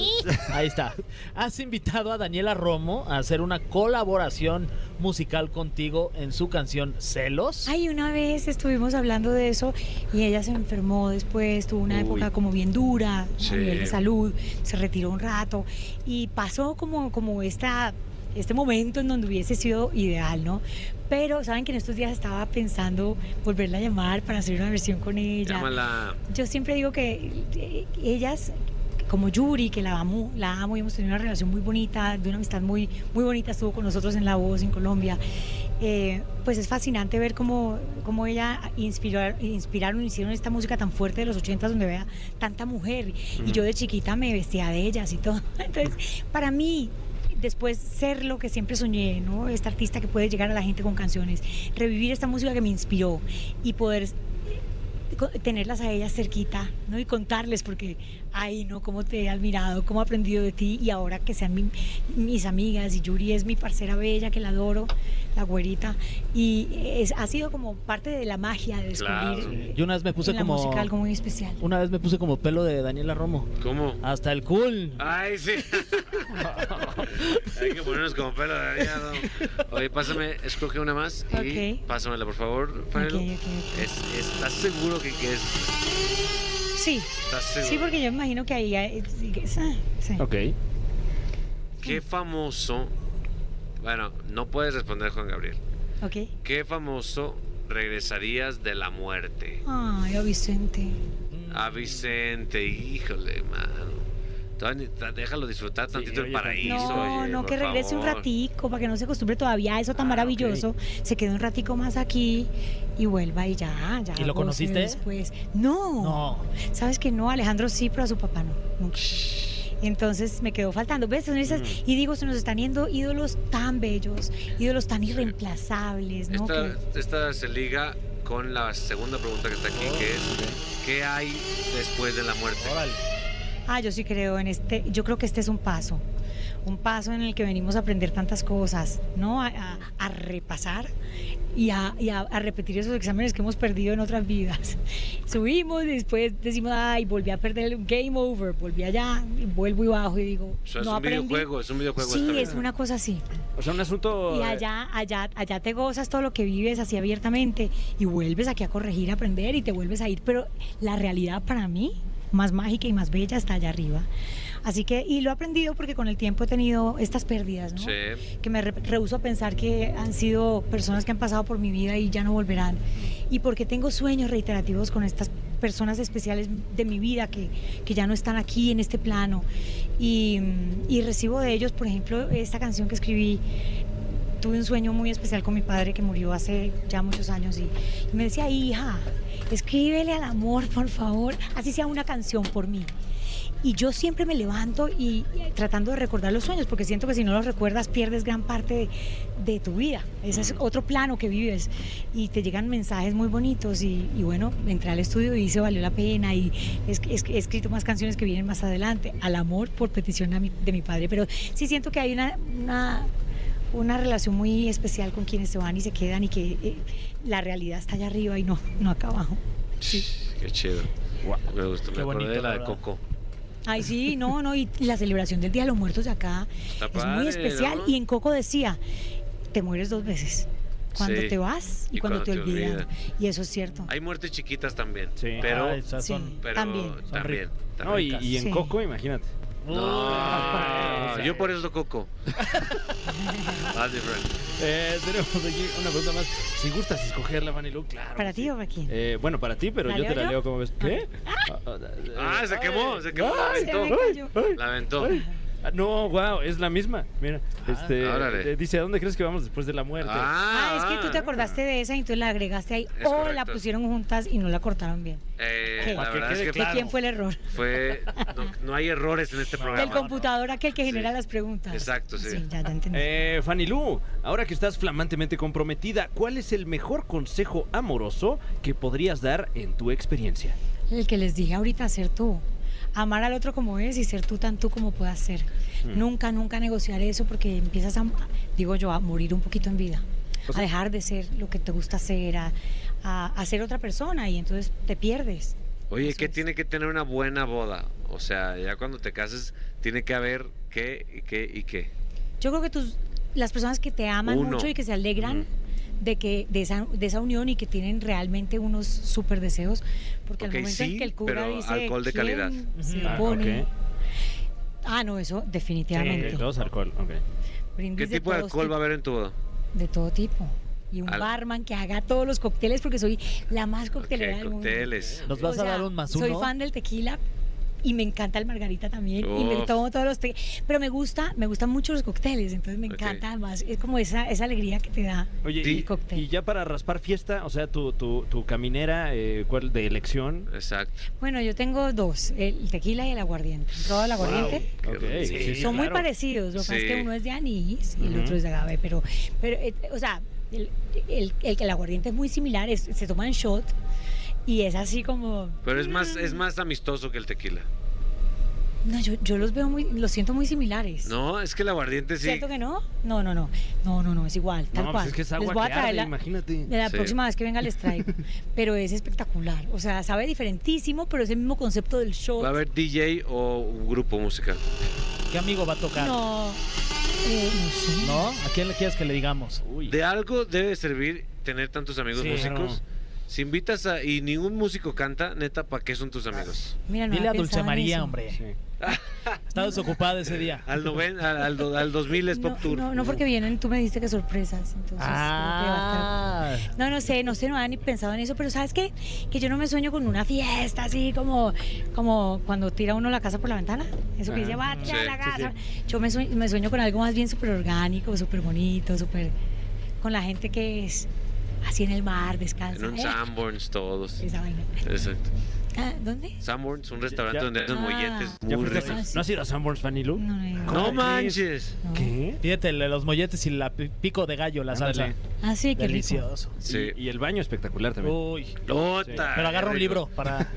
D: Ahí está. Has invitado a Daniela Romo a hacer una colaboración musical contigo en su canción Celos.
E: Ay, una vez estuvimos hablando de eso y ella se enfermó después, tuvo una
B: Uy.
E: época como bien dura
B: Sí.
E: a nivel de salud, se retiró un rato y pasó como, como esta, este momento en donde hubiese sido ideal, ¿no? Pero saben que en estos días estaba pensando volverla a llamar para hacer una versión con ella.
B: Llámala.
E: Yo siempre digo que eh, ellas, como Yuri, que la amo, la amo y hemos tenido una relación muy bonita, de una amistad muy, muy bonita, estuvo con nosotros en La Voz, en Colombia. eh, pues es fascinante ver cómo, cómo ella inspiró, inspiraron, hicieron esta música tan fuerte de los 80 donde vea tanta mujer. Y yo de chiquita me vestía de ellas y todo. Entonces, para mí, después ser lo que siempre soñé, ¿no? Esta artista que puede llegar a la gente con canciones, revivir esta música que me inspiró y poder co- tenerlas a ellas cerquita, ¿no? Y contarles, porque ay, no, cómo te he admirado, cómo he aprendido de ti y ahora que sean mi- mis amigas y Yuri es mi parcera bella, que la adoro, la güerita, y es, ha sido como parte de la magia de descubrir.
B: Claro.
E: eh,
D: Yo una vez me puse
E: en la
D: como-
E: música algo muy especial.
D: Una vez me puse como pelo de Daniela Romo.
B: ¿Cómo?
D: Hasta el cool.
C: Ah.
B: Ay, sí. Hay que ponernos como pelo de arañado. Oye, pásame, escoge una más y
E: Ok.
B: pásamela, por favor, Fanelo.
E: Ok, ok, ok.
B: Es- ¿Estás seguro que, que es?
E: Sí,
B: ¿Estás
E: sí,
B: seguro?
E: porque yo me imagino que ahí... hay- sí, que- sí, sí.
C: Ok.
B: ¿Qué famoso? Bueno, no puedes responder, Juan Gabriel.
E: ok.
B: ¿Qué famoso regresarías de la muerte?
E: Ay, a Vicente. Mm.
B: A Vicente, híjole, mano. Todavía ni- ta- Déjalo disfrutar tantito el
C: oye,
B: paraíso.
E: No,
B: oye,
E: no,
B: por
E: que regrese un
B: favor.
E: ratico para que no se acostumbre todavía a eso tan
B: Ah, ok.
E: maravilloso. Se quede un ratico más aquí y vuelva y ya, ya.
D: ¿Y lo
E: goce
D: conociste?
E: Después. No.
D: No.
E: ¿Sabes que no? Alejandro sí, pero a su papá no. Nunca. Entonces me quedó faltando. ¿Ves? Son esas-
B: Mm.
E: Y digo, se nos están yendo ídolos tan bellos, ídolos tan irreemplazables, ¿no?
B: Esta,
E: Que-
B: esta se liga con la segunda pregunta que está aquí, que es ¿qué hay después de la muerte?
D: Órale.
E: Ah, yo sí creo en este, yo creo que este es un paso, un paso en el que venimos a aprender tantas cosas, ¿no? A, a- a repasar y, a, y a- a repetir esos exámenes que hemos perdido en otras vidas. Subimos y después decimos, ay, volví a perder el game over, volví allá, y vuelvo y bajo y digo,
B: O sea, es
E: no
B: un
E: aprendí.
B: videojuego, este es un videojuego. esta
E: Sí,
B: vida.
E: es una cosa así.
C: O sea, un asunto.
E: Y
C: eh,
E: allá, allá, allá te gozas todo lo que vives así abiertamente y vuelves aquí a corregir, a aprender y te vuelves a ir. Pero la realidad para mí, más mágica y más bella, está allá arriba. Así que, y lo he aprendido porque con el tiempo he tenido estas pérdidas, ¿no?
B: Sí.
E: que me re- rehúso a pensar que han sido personas que han pasado por mi vida y ya no volverán. Y porque tengo sueños reiterativos con estas personas especiales de mi vida que, que ya no están aquí en este plano. Y, mm, y recibo de ellos, por ejemplo, esta canción que escribí. Tuve un sueño muy especial con mi padre que murió hace ya muchos años y, y me decía, hija, escríbele al amor, por favor, así sea una canción por mí. Y yo siempre me levanto y y tratando de recordar los sueños, porque siento que si no los recuerdas pierdes gran parte de, de tu vida. Ese es otro plano que vives. Y te llegan mensajes muy bonitos y, y bueno, entré al estudio y hice valió la pena y es- es- he escrito más canciones que vienen más adelante, al amor por petición a mi- de mi padre. Pero sí siento que hay una... una una relación muy especial con quienes se van y se quedan y que eh, la realidad está allá arriba y no, no acá abajo.
B: Qué chido. Me gustó, me
D: Qué
B: acordé
D: bonito,
B: de la
D: la
B: de
D: verdad.
B: Coco.
E: Ay, sí, no, no, y la celebración del Día de los Muertos de acá
B: Está
E: es
B: padre,
E: muy especial.
B: ¿no?
E: Y en Coco decía, te mueres dos veces, cuando
B: Sí,
E: te vas y, cuando, te, olvidan.
B: olvidan.
E: Y eso es cierto.
B: Hay muertes chiquitas también.
C: Sí.
B: Pero,
D: Ah, esas
E: Sí.
D: son-
B: pero
E: también.
B: también. también,
C: No, y, y en
E: Sí.
C: Coco, imagínate.
B: No, yo por eso Coco. Ah, different.
C: Eh, tenemos aquí una pregunta más. Si gustas escogerla, Vanilú, claro.
E: ¿Para
C: que
E: ti
C: sí.
E: o para quién?
C: Eh, bueno, para ti, pero
E: ¿La
C: yo
E: leo
C: te la
E: yo?
C: leo como ves. ¿Qué?
E: Ah.
B: Ah, se quemó, se quemó,
C: eh, ay,
E: se me
C: ay,
E: cayó.
C: ay,
B: La aventó.
C: ay. Ah, No, wow, es la misma. Mira, este,
B: Ah, órale.
C: eh, dice, ¿a dónde crees que vamos después de la muerte?
E: Ah, es que tú te acordaste de esa y tú la agregaste ahí.
B: Es
E: o la
B: correcto.
E: pusieron juntas y no la cortaron bien.
B: Eh,
E: Ok.
B: la
E: Para
D: que
B: verdad es
D: quede
B: que
D: claro.
E: ¿De quién fue el error?
B: fue. No, no hay errores en este programa.
E: Del computador aquel que
B: Sí.
E: genera las preguntas.
B: Exacto, sí.
E: ya, ya entendí.
C: Eh, Fanny Lu, ahora que estás flamantemente comprometida, ¿cuál es el mejor consejo amoroso que podrías dar en tu experiencia?
E: El que les dije ahorita, ser tú. Amar al otro como es y ser tú tan tú como puedas ser.
B: Mm.
E: Nunca, nunca negociar eso porque empiezas a, digo yo, a morir un poquito en vida. a dejar de ser lo que te gusta ser, a, a- a ser otra persona y entonces te pierdes.
B: Oye,
E: Eso
B: ¿qué
E: es.
B: tiene que tener una buena boda? O sea, ya cuando te cases, tiene que haber qué y qué y qué.
E: Yo creo que tus, las personas que te aman
B: Uno.
E: mucho y que se alegran de que de esa, de esa unión y que tienen realmente unos súper deseos, porque
B: Ok,
E: al momento en
B: sí,
E: que el cura
B: pero
E: dice
B: alcohol de
E: "¿Quién
B: calidad".
E: se
D: Ujú. Ah,
E: opone?".
C: ok.
E: Ah, no, eso definitivamente.
C: Ok, todos Eh, alcohol, ok.
E: Brindis
B: ¿Qué tipo de
E: todos
B: alcohol va a
E: tipos.
B: haber en tu boda?
E: De todo tipo. Y un
B: Al-
E: barman que haga todos los cócteles porque soy la más coctelera
B: Ok,
E: del mundo.
B: cócteles.
D: ¿Nos vas
E: O
D: a
E: sea,
D: dar un más uno?
E: Soy fan del tequila y me encanta el margarita también y me
B: Uf.
E: tomo todos los te- pero me gusta me gustan mucho los cócteles entonces me
B: Ok.
E: encanta además es como esa, esa alegría que te da
C: Oye,
B: Sí.
C: y-
E: Cóctel.
C: y, ya para raspar fiesta, o sea, tu, tu, tu caminera, eh, ¿cuál de elección?
B: Exacto.
E: bueno yo tengo dos el tequila y el aguardiente ¿Han probado el aguardiente
B: Qué
C: Ok,
B: rico.
C: sí,
E: son muy
C: claro.
E: parecidos lo que pasa es
B: Sí.
E: que uno es de anís y el
C: Ujú.
E: otro es de agave pero pero eh, o sea el, el, el, el aguardiente es muy similar es- se toman shot y es así como Mm.
B: Pero es más, es más amistoso que el tequila.
E: No, yo, yo los veo muy, los siento muy similares.
B: No, es que el aguardiente sí.
E: ¿Cierto que no? No, no, no. No, no, no, es igual, tal
C: No,
E: cual.
C: pues es que es
E: Les
C: agua
E: voy a
C: que
E: traer
C: arde,
E: la-
C: imagínate.
E: de la
B: Sí.
E: próxima vez que venga les traigo. pero es espectacular. O sea, sabe diferentísimo, pero es el mismo concepto del show.
B: ¿Va a haber DJ o un grupo musical?
D: ¿Qué amigo va a tocar?
E: No. eh, no sé.
D: ¿No? ¿A quién le quieres que le digamos?
C: Uy.
B: De algo debe servir tener tantos amigos
D: Sí,
B: músicos.
C: claro.
B: Si invitas a. y ningún músico canta, neta, ¿para qué son tus amigos?
E: Mira, no
D: Dile
E: había
D: a Dulce
E: pensado en
D: María,
E: eso.
D: hombre.
C: Sí.
D: Está desocupada ese día.
C: Ah.
B: Al, noven, al, al, do- al 2000 es
E: No,
B: Pop Tour.
E: No, no, porque vienen, tú me diste que sorpresas. Entonces, creo que va a estar-
D: Ah,
E: No, no sé, no sé, no había ni pensado en eso, pero ¿sabes qué? Que yo no me sueño con una fiesta así como, como cuando tira uno la casa por la ventana. Eso que
C: Ajá.
E: dice, va a tirar
B: Sí,
E: la
B: sí,
E: casa. Yo me sueño, me sueño con algo más bien súper orgánico, súper bonito, súper. con la gente que es así en el mar, descansa.
B: En un
E: eh,
B: Sanborns todos.
E: esa vaina.
B: Exacto.
E: Ah, ¿Dónde?
B: Sanborns, un restaurante
C: Ya-
B: donde hacen
E: Ah.
B: molletes
C: ¿Ya
B: muy
C: fuiste a-
E: rico.
B: ricos.
C: ¿No has ido a Sanborns, Fanilu?
E: No, no, no.
B: ¡No
C: ¿Cómo
B: manches!
E: no.
C: ¿Qué?
D: Fíjate, Ah. los molletes y la pi- pico de gallo, la salsa.
C: Ándale.
E: Ah, sí, qué rico.
D: Delicioso.
B: Sí.
C: Y, y el baño espectacular
E: Oh,
C: también.
D: Uy.
B: ¡Lota!
D: Pero agarra un
B: Qué rico.
D: libro para.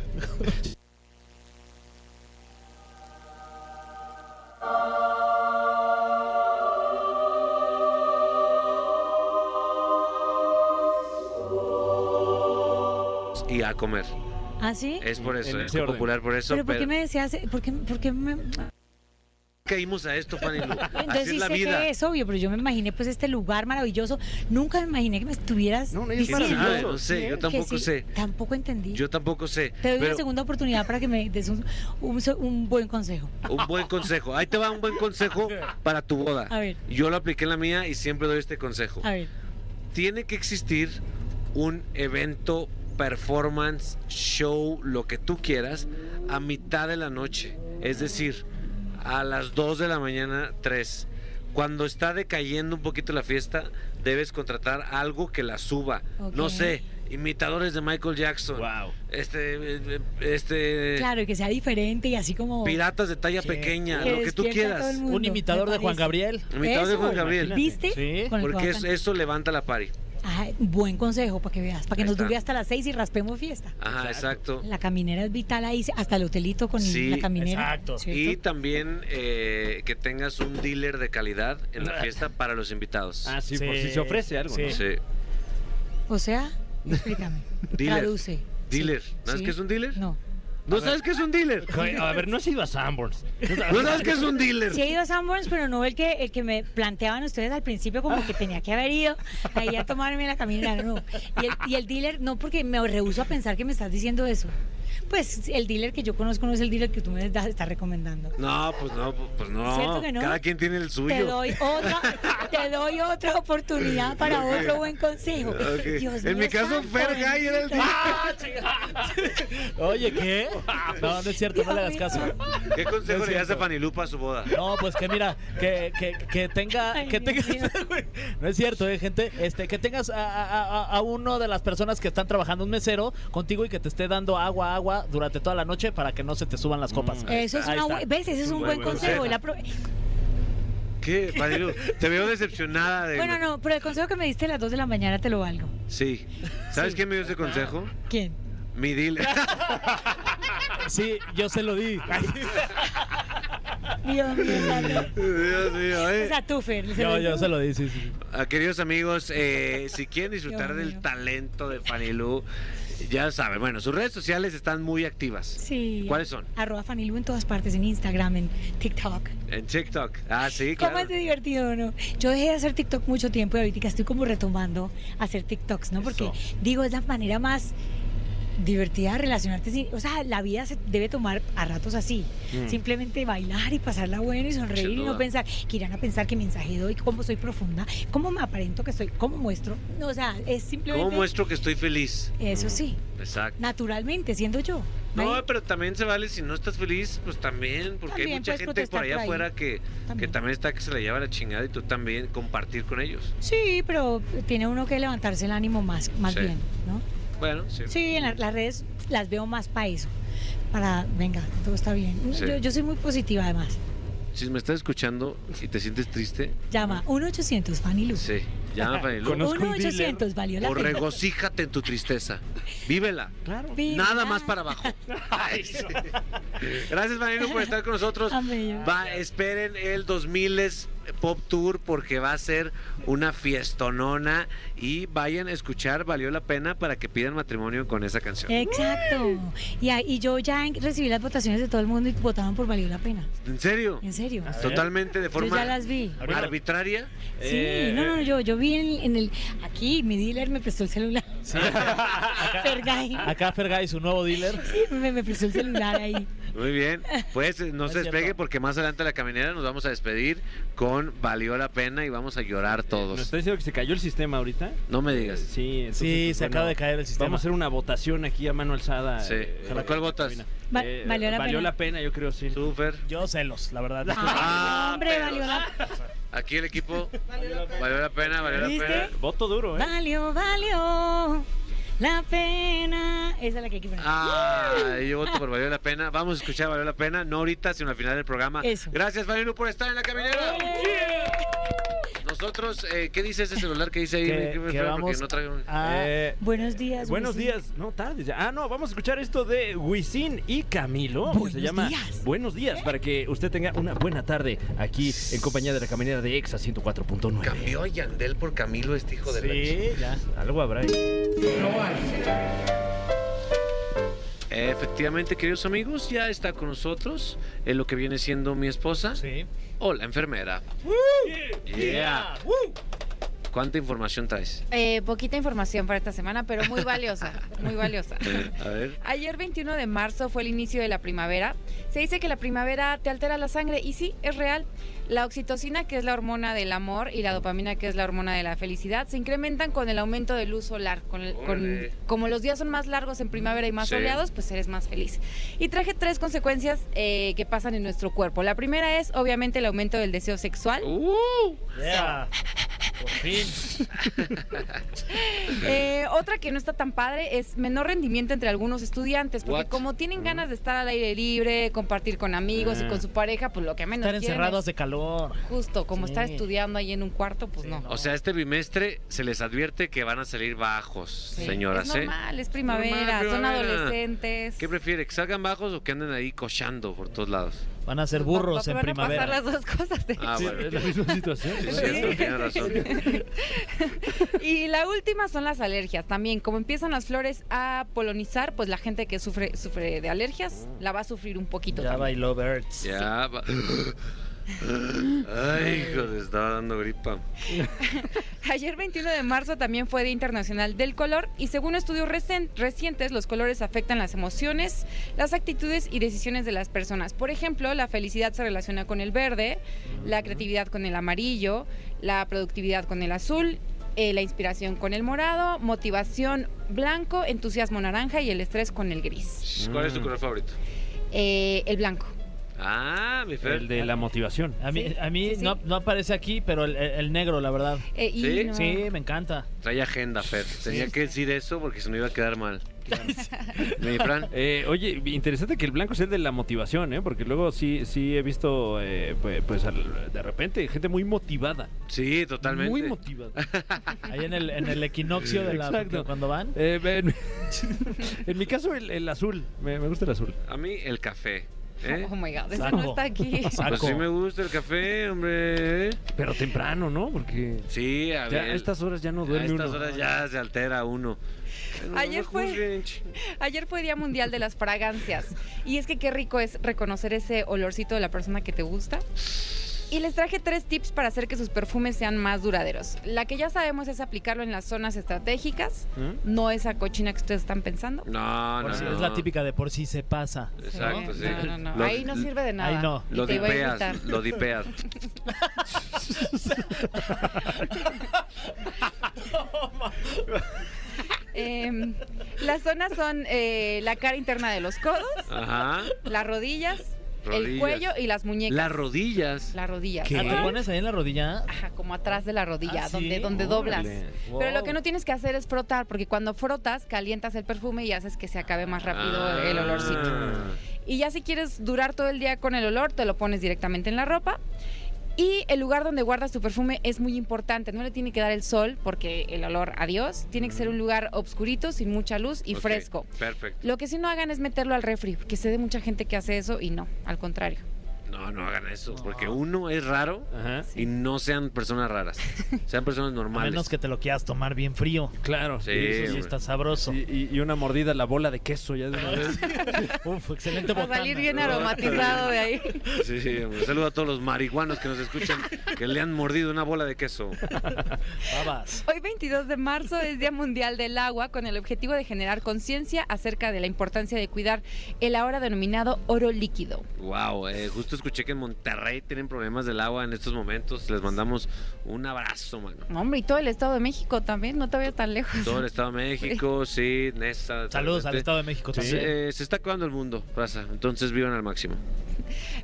B: Y a comer.
E: ¿Ah, sí?
B: Es por eso,
C: En
B: es
C: ese orden.
B: popular por eso.
E: Pero ¿por qué
B: pero-
E: me decías? eh, ¿Por qué, por qué me.?
B: caímos a esto, Fanny Lu. Así
E: Entonces
B: es
E: sí
B: la
E: sé
B: vida.
E: que es obvio, pero yo me imaginé pues este lugar maravilloso. Nunca me imaginé que me estuvieras
C: No, no, es
B: ¿Quién
E: diciendo
B: sabe?
C: maravilloso.
B: Ah, No sé, yo
E: que
B: tampoco
E: sí,
B: sé.
E: Tampoco entendí.
B: Yo tampoco sé.
E: Te doy
B: pero
E: una segunda oportunidad para que me des un, un so- un buen consejo.
B: un buen consejo. Ahí te va un buen consejo para tu boda.
E: A ver.
B: Yo lo apliqué en la mía y siempre doy este consejo.
E: A ver,
B: Tiene que existir un evento, performance, show, lo que tú quieras, a mitad de la noche. Es decir, a las 2 de la mañana, 3. Cuando está decayendo un poquito la fiesta, debes contratar algo que la suba. No
E: Ok.
B: sé, imitadores de Michael Jackson.
C: Wow.
B: Este, eh, este,
E: claro, que sea diferente y así como...
B: piratas de talla
D: Sí.
B: pequeña,
E: que
B: lo que tú
E: despierta a todo el
B: quieras.
E: mundo,
D: Un
E: me
D: imitador de Juan
E: parece.
D: Gabriel.
B: Imitador de
E: Eso,
B: Juan Gabriel.
E: ¿Viste?
D: Sí.
E: Con el que
B: Porque
E: voy a
B: es-
E: cantar.
B: eso levanta la party.
E: Ajá, buen consejo para que veas, para que
B: Ahí
E: nos
B: está.
E: dure hasta las seis y raspemos fiesta.
B: Ajá, exacto.
E: La caminera es vital ahí, hasta el hotelito con
B: Sí,
E: la caminera.
D: exacto.
B: Y
E: ¿cierto?
B: también eh, que tengas un dealer de calidad en la fiesta para los invitados.
C: Ah, sí,
D: Sí.
C: por si se ofrece algo,
D: Sí.
C: ¿no?
B: Sí.
E: O sea, explícame,
B: Dealer.
E: traduce.
B: Dealer. ¿Sabes
E: Sí.
B: qué es un dealer?
E: No.
B: ¿No sabes qué es un dealer?
C: Joder, eh, A ver, no has ido a Sanborns.
B: ¿No sabes qué es un dealer?
E: Sí he ido a Sanborns, pero no el que, el que me planteaban ustedes al principio como que tenía que haber ido ahí a tomarme la caminera, no. Y el, y el dealer, no, porque me rehúso a pensar que me estás diciendo eso. Pues el dealer que yo conozco no es el dealer que tú me das- estás recomendando.
B: No, pues no, pues
E: ¿Cierto
B: no.
E: que no?
B: Cada quien tiene el suyo.
E: Te doy otra, te doy otra oportunidad para
B: Ok.
E: otro buen consejo.
B: Ok.
E: Dios
B: en
E: mío
B: mi caso,
E: santo,
B: Fer Guy era el
E: bendito.
B: dealer.
D: Ah, Oye, ¿qué? No, no es cierto, no le hagas caso.
B: ¿Qué consejo
D: No es
B: le das a
D: cierto.
B: Panilupa para su boda?
D: No, pues que mira, que, que, que tenga,
E: Ay,
D: que
E: Dios
D: tengas, no es cierto, eh, gente, este, que tengas a, a, a- a uno de las personas que están trabajando un mesero contigo y que te esté dando agua, agua durante toda la noche para que no se te suban las copas.
E: Mm, Eso es
D: Ahí
E: una,
D: está.
E: bu- ¿Ves? Ese es un buen, consejo. La pro-
B: ¿Qué, Panilu? Te veo decepcionada. De...
E: Bueno, no, pero el consejo que me diste a las 2 de la mañana te lo valgo.
B: Sí. ¿Sabes quién me dio ese consejo?
E: ¿Quién?
B: Mi dealer.
D: Sí, yo se lo di.
E: Dios mío, santo.
B: Dios mío,
E: O
B: eh.
E: sea, tú, Fer.
D: Yo, yo se lo di, sí, sí.
B: Ah, queridos amigos, eh, si quieren disfrutar
E: Dios
B: del
E: mío.
B: talento de Fanny Lu, ya saben, bueno, sus redes sociales están muy activas.
E: Sí.
B: ¿Cuáles son?
E: Arroba Fanilu en todas partes, en Instagram, en TikTok.
B: En TikTok. Ah, sí,
E: ¿Cómo
B: claro.
E: es de divertido o no? Yo dejé de hacer TikTok mucho tiempo y ahorita estoy como retomando hacer TikToks, ¿no? Porque
D: Eso.
E: digo, es la manera más divertida de relacionarte. sin- o sea, la vida se debe tomar a ratos así. Simplemente bailar y pasarla bueno y sonreír
B: Mm. Sin
E: y
B: duda.
E: no pensar que irán a pensar qué mensaje doy, cómo soy profunda, cómo me aparento que soy, cómo muestro. No, o sea, es simplemente...
B: ¿Cómo muestro que estoy feliz?
E: Eso sí,
B: Exacto.
E: naturalmente, siendo yo. Nadie-
B: No, pero también se vale si no estás feliz, pues también, porque hay
E: También
B: mucha
E: puedes
B: gente por
E: protestar
B: allá
E: por ahí.
B: afuera que, que
E: También.
B: también está que se le lleva la chingada y tú también compartir con ellos.
E: Sí, pero tiene uno que levantarse el ánimo más, más
B: Sí.
E: bien, ¿no?
B: Bueno, sí.
E: Sí, en la- las redes las veo más para eso. Para, venga, todo está bien.
B: Sí.
E: Yo, yo soy muy positiva además.
B: Si me estás escuchando y te sientes triste,
E: Llama 1-800 Fanny Luz.
B: sí, Llama Fanilú.
C: Conozco un
E: 1-800, valió la
B: O
E: pena.
B: regocíjate en tu tristeza. Vívela.
C: Claro.
E: Viva.
B: Nada más para abajo. Ay, sí. Gracias, Marilu, por estar con nosotros.
E: Amén.
B: Va, esperen el 2000 es Pop Tour porque va a ser una fiestonona y vayan a escuchar Valió la Pena para que pidan matrimonio con esa canción.
E: Eh, Exacto. Y, ahí- y yo ya en- recibí las votaciones de todo el mundo y votaron por valió la pena.
B: ¿En serio?
E: En serio.
C: Ah, sí.
B: Totalmente de
E: Yo
B: forma
E: ya las vi.
B: arbitraria.
E: Sí,
C: Eh,
E: no, no, yo, yo vi en, en el. Aquí mi dealer me prestó el celular. Fergay.
D: Acá Fergay, su nuevo dealer.
E: Sí, me, me prestó el celular ahí.
B: Muy bien, pues eh, no
D: Es
B: se despegue
D: cierto.
B: porque más adelante la caminera nos vamos a despedir con Valió la Pena y vamos a llorar
C: ¿Nos
B: todos.
C: está diciendo que se cayó el sistema ahorita?
B: No me digas.
C: Sí, entonces,
D: Sí,
C: pues,
D: se acaba de caer el sistema.
C: Vamos a hacer una votación aquí a mano alzada. eh,
B: Sí. ¿Para cuál
C: en la
B: votas?
C: cabina.
E: Va-
C: Eh,
E: ¿valió la pena?
C: yo creo, sí.
B: ¿Tú, Fer?
D: Yo celos, la verdad.
E: Ay, hombre,
B: pero-
E: valió la
B: Aquí el equipo valió la pena, valió la
E: ¿Viste?
B: pena.
C: Voto duro, ¿eh?
E: Valió, valió la pena. Esa es la que hay que poner.
B: Ah, yo voto por valió la pena. Vamos a escuchar valió la pena, no ahorita, sino al final del programa.
E: Eso.
B: Gracias, Valilu, por estar en la caminera. Nosotros, eh, ¿qué dice ese celular que dice ahí?
D: Que-
B: Porque
D: que vamos
B: no traigo un-
D: Ah,
C: Eh,
E: Buenos días.
C: Buenos
E: Wisin.
C: días, no tardes ya. Ah, no, vamos a escuchar esto de Wisin y Camilo. que
E: Buenos
C: se llama
E: días.
C: Buenos días, para que usted tenga una buena tarde aquí en compañía de la caminera de Exa 104.9.
B: Cambió a Yandel por Camilo, este hijo de la...
D: sí, ya.
C: Algo habrá ahí.
B: Efectivamente, queridos amigos, ya está con nosotros en lo que viene siendo mi esposa.
D: Sí.
B: Hola, enfermera. Yeah. ¿Cuánta información traes?
F: Eh, poquita información para esta semana, pero muy valiosa, muy valiosa.
B: A ver.
F: Ayer 21 de marzo fue el inicio de la primavera. Se dice que la primavera te altera la sangre y sí, es real. La oxitocina, que es la hormona del amor, y la dopamina, que es la hormona de la felicidad, se incrementan con el aumento de luz solar. Con el- con-
B: Órale.
F: como los días son más largos en primavera y más
B: Sí.
F: soleados, pues eres más feliz. Y traje tres consecuencias eh, que pasan en nuestro cuerpo. La primera es, obviamente, el aumento del deseo sexual.
B: Uh,
D: Yeah. Por fin.
F: Eh, otra que no está tan padre es menor rendimiento entre algunos estudiantes, porque
B: What? Mm.
F: como tienen ganas de estar al aire libre, compartir con amigos
C: Ah.
F: y con su pareja, pues lo que menos
D: Estar
F: quieren
D: encerrado
F: es
D: hace calor.
F: justo como
D: Sí.
F: estar estudiando ahí en un cuarto, pues
D: Sí,
F: no.
D: no.
B: o sea, este bimestre se les advierte que van a salir bajos,
F: Sí.
B: señoras,
F: es
B: ¿eh?
F: normal, es primavera,
B: Normal,
F: son
B: primavera.
F: adolescentes.
B: ¿Qué prefiere? ¿Que salgan bajos o que anden ahí cochando por todos lados?
D: Van a ser
F: Pues,
D: burros
F: papá,
D: en
F: van a
D: primavera.
F: pasar las dos cosas. de-
B: Ah,
C: Sí,
B: bueno.
C: es la misma situación.
B: Sí, es
F: Sí.
B: cierto, tiene razón.
F: Y la última son las alergias. También, como empiezan las flores a polonizar, pues la gente que sufre sufre de alergias la va a sufrir un poquito.
D: Ya
F: también.
D: bailó Birds.
B: Ya. va- Ay, hijo, le estaba dando gripa.
F: Ayer 21 de marzo también fue Día Internacional del Color y según estudios recen- recientes los colores afectan las emociones, las actitudes y decisiones de las personas. Por ejemplo, la felicidad se relaciona con el verde, la creatividad con el amarillo, la productividad con el azul, eh, la inspiración con el morado, motivación blanco, entusiasmo naranja y el estrés con el gris.
B: ¿Cuál es tu color favorito?
F: Eh, el blanco.
B: Ah, mi Fer.
C: El de la motivación.
D: A mí,
F: Sí,
D: a mí
F: sí, sí.
D: No, no aparece aquí, pero el, el- el negro, la verdad.
F: Eh, y
B: ¿Sí?
F: no-
D: Sí, me encanta.
B: Trae agenda, Fer. Tenía que decir eso porque se me iba a quedar mal. Mi Fran.
C: Eh, oye, interesante que el blanco sea el de la motivación, ¿eh? Porque luego sí, sí he visto, eh, pues, pues, al- de repente, gente muy motivada.
B: Sí, totalmente.
C: Muy motivada.
D: Ahí en el, en el equinoccio de la
C: Exacto.
D: cuando van.
C: Eh, en, en mi caso, el, el azul. Me, me gusta el azul.
B: A mí el café. ¿eh?
F: Oh my God, eso
D: Saco.
F: no está aquí.
D: Saco.
B: Pues sí me gusta el café, hombre.
C: Pero temprano, ¿no? Porque
B: Sí, a
C: ya
B: ver.
C: a estas horas ya no
B: a
C: duerme
B: estas
C: uno.
B: horas ya se altera uno. No me
F: Ayer fue-
B: juzguen, ch-
F: Ayer fue Día Mundial de las Fragancias. Y es que qué rico es reconocer ese olorcito de la persona que te gusta. Y les traje tres tips para hacer que sus perfumes sean más duraderos. La que ya sabemos es aplicarlo en las zonas estratégicas,
C: ¿Mm?
F: no esa cochina que ustedes están pensando.
B: No,
D: Por
B: no,
D: si-
B: no.
D: Es la típica de por si se pasa.
B: Exacto, sí.
F: No, no, no.
B: Lo-
F: Ahí no sirve de nada.
D: Ahí no.
F: Y
B: Lo
F: te iba a invitar.
B: dipeas, lo dipeas.
F: Em, las zonas son eh, la cara interna de los codos,
B: Ajá.
F: las rodillas,
B: Rodillas.
F: el cuello y las muñecas.
B: Las rodillas.
F: Las rodillas.
D: Ah, ¿Te
F: Ajá.
D: pones ahí en la rodilla?
F: Ajá, como atrás de la rodilla,
D: ¿Ah, sí?
F: donde, donde doblas.
C: Órale.
F: Pero
D: Wow.
F: lo que no tienes que hacer es frotar, porque cuando frotas, calientas el perfume y haces que se acabe más rápido
B: Ah.
F: el olorcito. Y ya si quieres durar todo el día con el olor, te lo pones directamente en la ropa. Y el lugar donde guardas tu perfume es muy importante. No le tiene que dar el sol porque el olor a Dios. Tiene que ser un lugar obscurito, sin mucha luz y
B: Mm. Ok,
F: fresco.
B: Perfecto.
F: Lo que sí no hagan es meterlo al refri, porque sé de mucha gente que hace eso y no, al contrario.
B: No, no hagan eso, porque uno es raro
C: Ajá.
B: y no sean personas raras. Sean personas
D: A
B: normales.
D: menos que te lo quieras tomar bien frío.
C: Claro.
B: Sí,
D: Y eso sí
B: güey.
D: está sabroso.
C: Y, y- y una mordida a la bola de queso ya de una vez.
D: Uf, excelente
F: Va a
D: botana.
F: salir bien aromatizado de ahí.
B: Sí, sí, un saludo a todos los marihuanos que nos escuchan que le han mordido una bola de queso.
D: Babas.
F: Hoy 22 de marzo es Día Mundial del Agua con el objetivo de generar conciencia acerca de la importancia de cuidar el ahora denominado oro líquido.
B: Wow, eh, justo escuché que en Monterrey tienen problemas del agua en estos momentos. Les mandamos un abrazo, mano.
F: Hombre, y todo el Estado de México también, no te vayas tan lejos.
B: Todo el Estado de México, sí, Nesa.
D: Saludos al
B: totalmente.
D: Estado de México
B: Sí,
D: también.
B: eh, se está acabando el mundo, raza. Entonces vivan al máximo.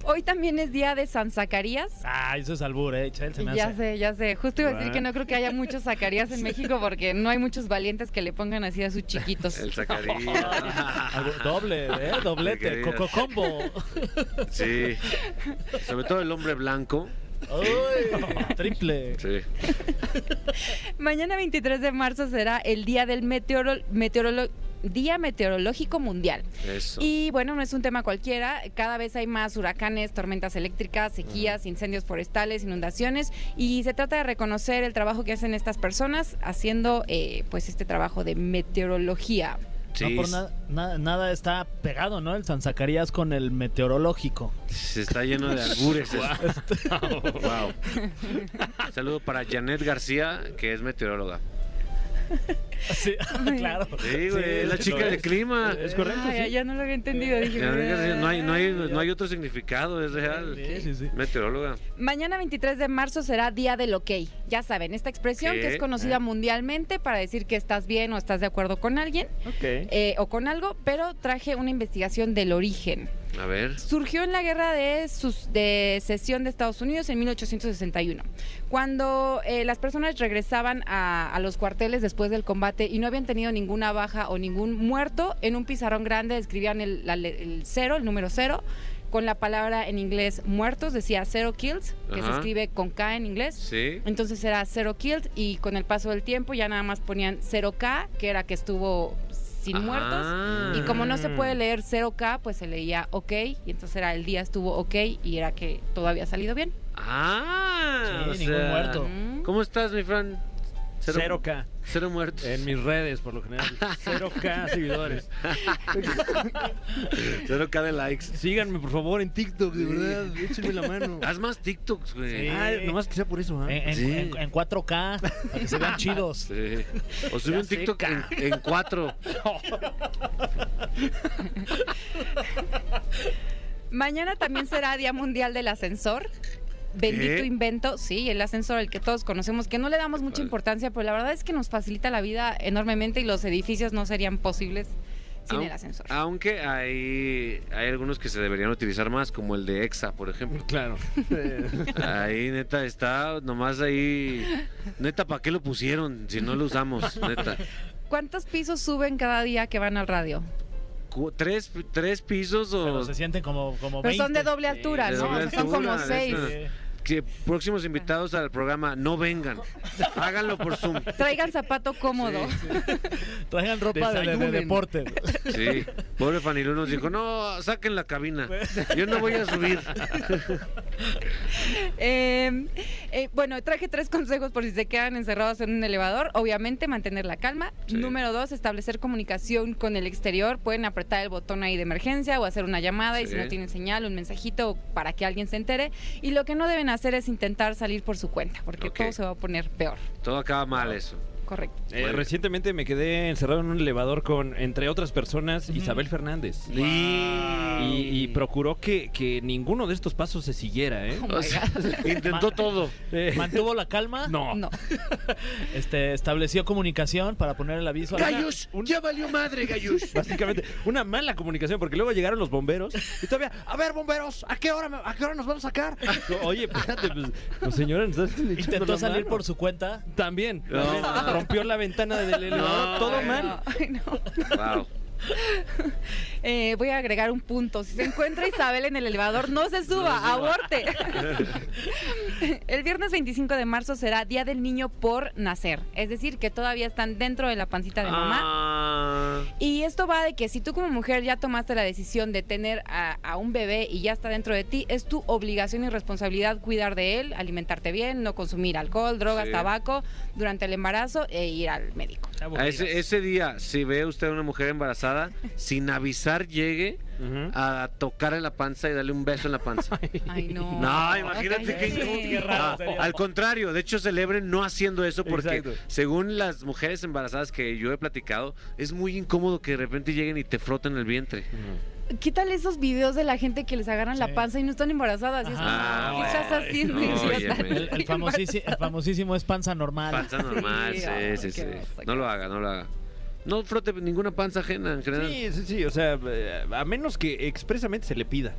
F: Hoy también es Día de San Zacarías.
D: Ah, eso es albur, eh. Chel, se me
F: ya
D: hace.
F: sé, ya sé. Justo iba a decir
C: Ah.
F: que no creo que haya muchos Zacarías en México porque no hay muchos valientes que le pongan así a sus chiquitos.
B: El Zacarías.
D: Ah, Algo- Doble, eh. Doblete.
B: Queridas.
D: Coco combo.
B: Sí. Sobre todo el hombre blanco.
D: Uy, triple.
B: Sí.
F: Mañana 23 de marzo será el Día del Meteoro- Meteorolo- Día Meteorológico Mundial.
B: Eso.
F: Y bueno, no es un tema cualquiera. Cada vez hay más huracanes, tormentas eléctricas, sequías, incendios forestales, inundaciones. Y se trata de reconocer el trabajo que hacen estas personas haciendo eh, pues este trabajo de meteorología.
B: Sí,
D: No por na- na- nada está pegado, ¿no? El San Zacarías con el meteorológico.
B: se está lleno de albures. wow. Saludo para Janet García, que es meteoróloga.
D: Sí, claro.
B: Sí, güey, es la
D: sí,
B: chica
D: lo
B: de
D: es.
B: clima.
D: Es correcto,
F: Ay,
D: sí.
F: ya no lo había entendido. dije,
B: Janet García, No hay, no, hay, no hay otro significado, es real.
D: Sí, sí, sí.
B: Meteoróloga.
F: Mañana 23 de marzo será Día del OK. Ya saben, esta expresión que
B: ¿Qué?
F: es conocida mundialmente para decir que estás bien o estás de acuerdo con alguien
C: Ok.
F: eh, o con algo, pero traje una investigación del origen.
B: A ver.
F: Surgió en la guerra de, sus, de secesión de Estados Unidos en 1861, cuando eh, las personas regresaban a, a los cuarteles después del combate y no habían tenido ninguna baja o ningún muerto. En un pizarrón grande escribían el, la le- el cero, el número cero, con la palabra en inglés muertos, decía zero kills, que se
B: Ajá.
F: escribe con K en inglés.
B: Sí.
F: Entonces era cero kills y con el paso del tiempo ya nada más ponían cero K, que era que estuvo sin muertos.
B: Ah.
F: Y como no se puede leer 0K, pues se leía OK. Y entonces era el día estuvo OK y era que todo había salido bien.
B: Ah.
D: Sí,
B: o
D: ningún
B: sea,
D: muerto.
F: Mm.
B: ¿Cómo estás, mi Fran?
C: Cero K.
B: Cero muertos.
C: En mis redes, por lo general. Cero K seguidores.
B: Cero K de likes.
C: Síganme, por favor, en TikTok, de verdad. Échenme la mano.
B: Haz más TikToks, güey.
D: Sí.
C: Ay, nomás que sea por eso, ¿ah?
D: En, en-
B: Sí.
D: en- en 4K, para que se vean chidos.
B: Sí. O sube
C: Ya
B: un TikTok
C: sé,
B: en, en cuatro.
F: Mañana también será Día Mundial del Ascensor. Bendito
B: ¿Qué?
F: invento, sí, el ascensor, el que todos conocemos, que no le damos mucha
B: padre.
F: importancia, pero la verdad es que nos facilita la vida enormemente y los edificios no serían posibles sin
B: Aun-
F: el ascensor.
B: Aunque hay, hay algunos que se deberían utilizar más, como el de EXA, por ejemplo.
C: Claro.
B: Ahí, neta, está nomás ahí. Neta, ¿para qué lo pusieron si no lo usamos? Neta.
F: ¿Cuántos pisos suben cada día que van al radio?
B: Cu- ¿Tres, tres pisos
D: Pero
B: o.?
D: se sienten como, como
F: Pero son de
D: 20.
F: doble altura,
B: de
F: ¿no?
B: doble
F: O sea, son
B: altura,
F: como
B: de
F: seis.
B: esas.
D: Sí.
B: Que próximos invitados al programa no vengan. Háganlo por Zoom.
F: Traigan zapato cómodo.
D: Traigan ropa de- de, de
C: Desayunen.
D: deporte.
B: Sí, pobre Fanilú nos dijo, no, saquen la cabina, yo no voy a subir.
F: Eh, eh, bueno, traje tres consejos por si se quedan encerrados en un elevador. Obviamente, mantener la calma.
B: Sí.
F: Número dos, establecer comunicación con el exterior. Pueden apretar el botón ahí de emergencia o hacer una llamada y si
B: Sí.
F: no tienen señal, un mensajito para que alguien se entere. Y lo que no deben hacer es intentar salir por su cuenta, porque
B: Ok.
F: todo se va a poner peor.
B: Todo acaba mal eso.
F: Correcto.
C: Eh, recientemente me quedé encerrado en un elevador con, entre otras personas, Isabel Fernández. Y, y procuró que, que ninguno de estos pasos se siguiera, ¿eh?
F: Oh my
B: O sea, intentó todo.
C: Eh,
D: Mantuvo la calma.
C: no.
F: No.
D: Este, estableció comunicación para poner el aviso. a la-
B: Gallos, ya valió madre, Gallos.
C: Básicamente, una mala comunicación, porque luego llegaron los bomberos y todavía, a ver, bomberos, ¿a qué hora, me- a qué hora nos van a sacar? No, Oye, espérate, pues, pues, señora, nos estás echando
D: Intentó
C: la
D: salir
C: mano.
D: por su cuenta.
C: También,
B: No,
C: también,
B: no.
C: rompió la ventana del elevador,
B: No,
C: todo
B: no.
C: mal.
F: Ay, no.
B: Wow.
F: Eh, voy a agregar un punto. Si se encuentra Isabel en el elevador, no se suba, aborte. el viernes 25 de marzo será Día del Niño por Nacer. Es decir, que todavía están dentro de la pancita de mamá.
B: Ah,
F: Y esto va de que si tú como mujer ya tomaste la decisión de tener a, a un bebé y ya está dentro de ti, es tu obligación y responsabilidad cuidar de él, alimentarte bien, no consumir alcohol, drogas,
B: Sí.
F: tabaco durante el embarazo e ir al médico.
B: a Ah, ese, ese día, si ve usted a una mujer embarazada, sin avisar llegue a tocarle la panza y darle un beso en la panza.
F: Ay, no.
B: No, imagínate qué
F: Cállate.
B: incómodo.
D: Qué raro
B: Ah,
D: sería.
B: Al contrario, de hecho celebren no haciendo eso porque
D: Exacto.
B: según las mujeres embarazadas que yo he platicado, es muy incómodo que de repente lleguen y te froten el vientre.
F: Quítale esos videos de la gente que les agarran
D: Sí.
F: la panza y no están embarazadas. y es como,
B: Ah,
F: ¿Qué estás
B: bueno.
F: haciendo,
B: Óyeme.
F: idiota?
D: El, el famosísimo, el famosísimo es panza normal.
B: Panza normal,
F: Sí,
B: sí,
F: ay,
B: sí,
F: qué
B: sí.
F: oso, qué
B: No lo
F: oso.
B: haga, no lo haga. No frote ninguna panza ajena en general. Sí.
C: Sí, sí, sí, o sea, eh, a menos que expresamente se le pida.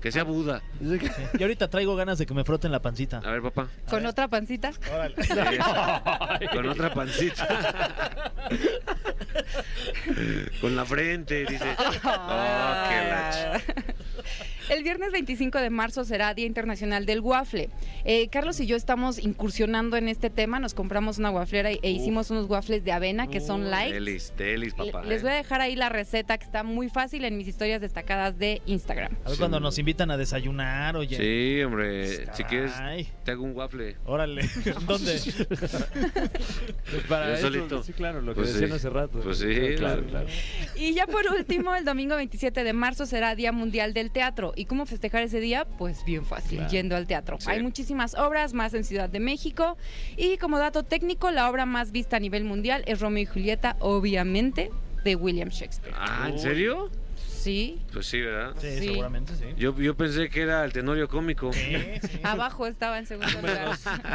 B: Que sea Buda.
D: Y ahorita traigo ganas de que me froten la pancita.
B: A ver, papá.
F: Con otra pancita.
B: Con otra pancita. Con la frente, dice. Oh, qué la ch-
F: El viernes 25 de marzo será Día Internacional del Waffle. Eh, Carlos y yo estamos incursionando en este tema. Nos compramos una waflera y- e hicimos unos waffles de avena que son light.
B: Delis, delis, papá.
F: Les
B: eh.
F: voy a dejar ahí la receta que está muy fácil en mis historias destacadas de Instagram.
D: A ver cuando nos invitan a desayunar, oye.
B: Sí, hombre. Si quieres,
D: Ay,
B: te hago un waffle.
D: órale. ¿Dónde?
B: Yo
C: Pues, Para eso,
B: solito.
C: Sí, claro, lo que
B: Pues sí.
C: decían hace rato.
B: Pues sí,
C: claro,
B: claro.
C: claro.
F: Y ya por último, el domingo 27 de marzo será Día Mundial del Teatro. ¿Y cómo festejar ese día? Pues bien fácil,
C: Claro.
F: yendo al teatro.
B: Sí.
F: Hay muchísimas obras, más en Ciudad de México. Y como dato técnico, la obra más vista a nivel mundial es Romeo y Julieta, obviamente, de William Shakespeare.
B: Ah, ¿en serio?
F: Sí,
B: Pues sí, ¿verdad?
D: Sí,
F: Sí.
D: seguramente sí.
B: Yo, yo pensé que era el tenorio cómico.
D: Sí, sí.
F: abajo estaba en segundo lugar.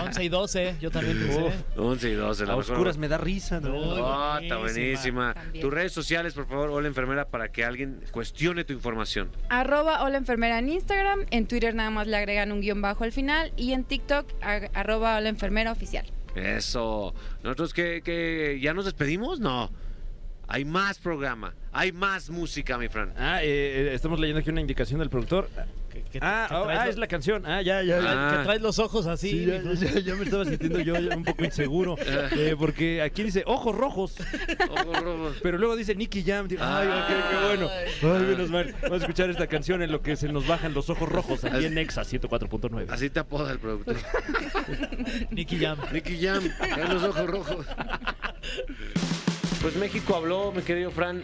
D: 11 y 12, yo también pensé.
B: 11 y 12, la
C: A
B: mejor.
C: oscuras me da risa. de
D: No,
C: verdad.
B: Oh, está
D: buenísima.
B: buenísima.
F: También.
B: Tus redes sociales, por favor, hola enfermera, para que alguien cuestione tu información.
F: Arroba Hola Enfermera en Instagram, en Twitter nada más le agregan un guión bajo al final y en TikTok a- arroba Hola Enfermera Oficial.
B: Eso. ¿Nosotros que, ya nos despedimos? No. Hay más programa. Hay más música, mi Fran.
C: Ah, eh, eh, estamos leyendo aquí una indicación del productor.
D: Que, que-
C: Ah,
D: que
C: oh,
D: traes
C: ah,
D: lo-
C: es la canción. Ah, ya, ya. ya.
B: Ah,
D: que traes los ojos así.
C: Sí, ya,
D: mijo.
C: ya- ya me estaba sintiendo yo ya un poco inseguro. eh, porque aquí dice ojos rojos.
B: Ojo rojo.
C: Pero luego dice Nicky Jam. digo, Ay, ok, qué bueno. Ay, menos mal. Vamos a escuchar esta canción en lo que se nos bajan los ojos rojos aquí en Nexa 104.9.
B: Así te apoda el productor.
D: Nicky Jam.
B: Nicky Jam, trae los ojos rojos. Pues México habló, mi querido Fran,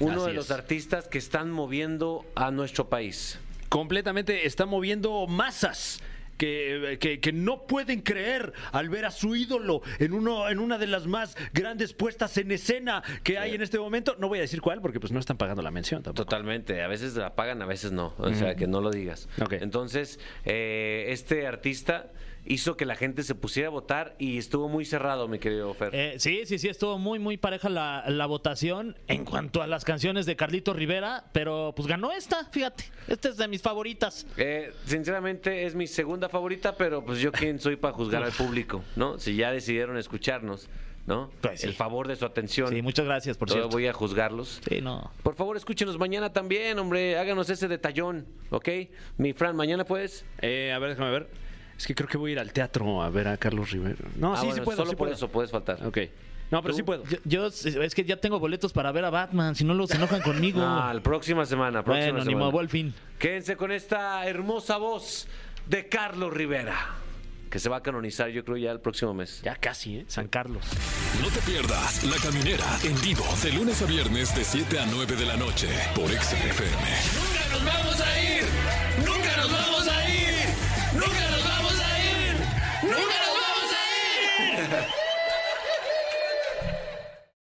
B: uno
C: Así
B: de los
C: es.
B: artistas que están moviendo a nuestro país.
C: completamente está moviendo masas. Que, que- que no pueden creer al ver a su ídolo en, uno, en una de las más grandes puestas en escena que hay en este momento. No voy a decir cuál porque pues no están pagando la mención tampoco.
B: Totalmente, a veces la pagan, a veces no, o sea, que no lo digas.
C: Ok.
B: Entonces, eh, este artista hizo que la gente se pusiera a votar y estuvo muy cerrado, mi querido Fer.
D: Eh, sí, sí, sí, estuvo muy, muy pareja la, la votación en cuanto a las canciones de Carlito Rivera, pero pues ganó esta, fíjate. Esta es de mis favoritas.
B: Eh, sinceramente es mi segunda favorita, pero pues yo quién soy para juzgar al público, ¿no? Si ya decidieron escucharnos, ¿no?
D: Pues sí.
B: El favor de su atención.
D: Sí, muchas gracias, por
B: Todavía
D: cierto.
B: voy a juzgarlos.
D: Sí, no.
B: Por favor, escúchenos mañana también, hombre. Háganos ese detallón, ¿ok? Mi Fran, mañana puedes.
C: Eh, a ver, déjame ver. Es que creo que voy a ir al teatro a ver a Carlos Rivera. No,
B: Ah,
C: sí, sí
B: bueno,
C: puedo.
B: Solo
C: sí
B: por
C: puedo.
B: eso puedes faltar.
C: Ok. No, pero
B: ¿Tú?
C: sí puedo.
D: Yo, yo, es que ya tengo boletos para ver a Batman, si no los enojan conmigo.
B: Ah, la próxima semana, próxima
D: bueno, ni
B: semana.
D: modo, al fin.
B: Quédense con esta hermosa voz de Carlos Rivera, que se va a canonizar, yo creo, ya el próximo mes.
C: Ya casi, ¿eh? San Carlos.
A: No te pierdas La Caminera en vivo de lunes a viernes de 7 a 9 de la noche por Exa FM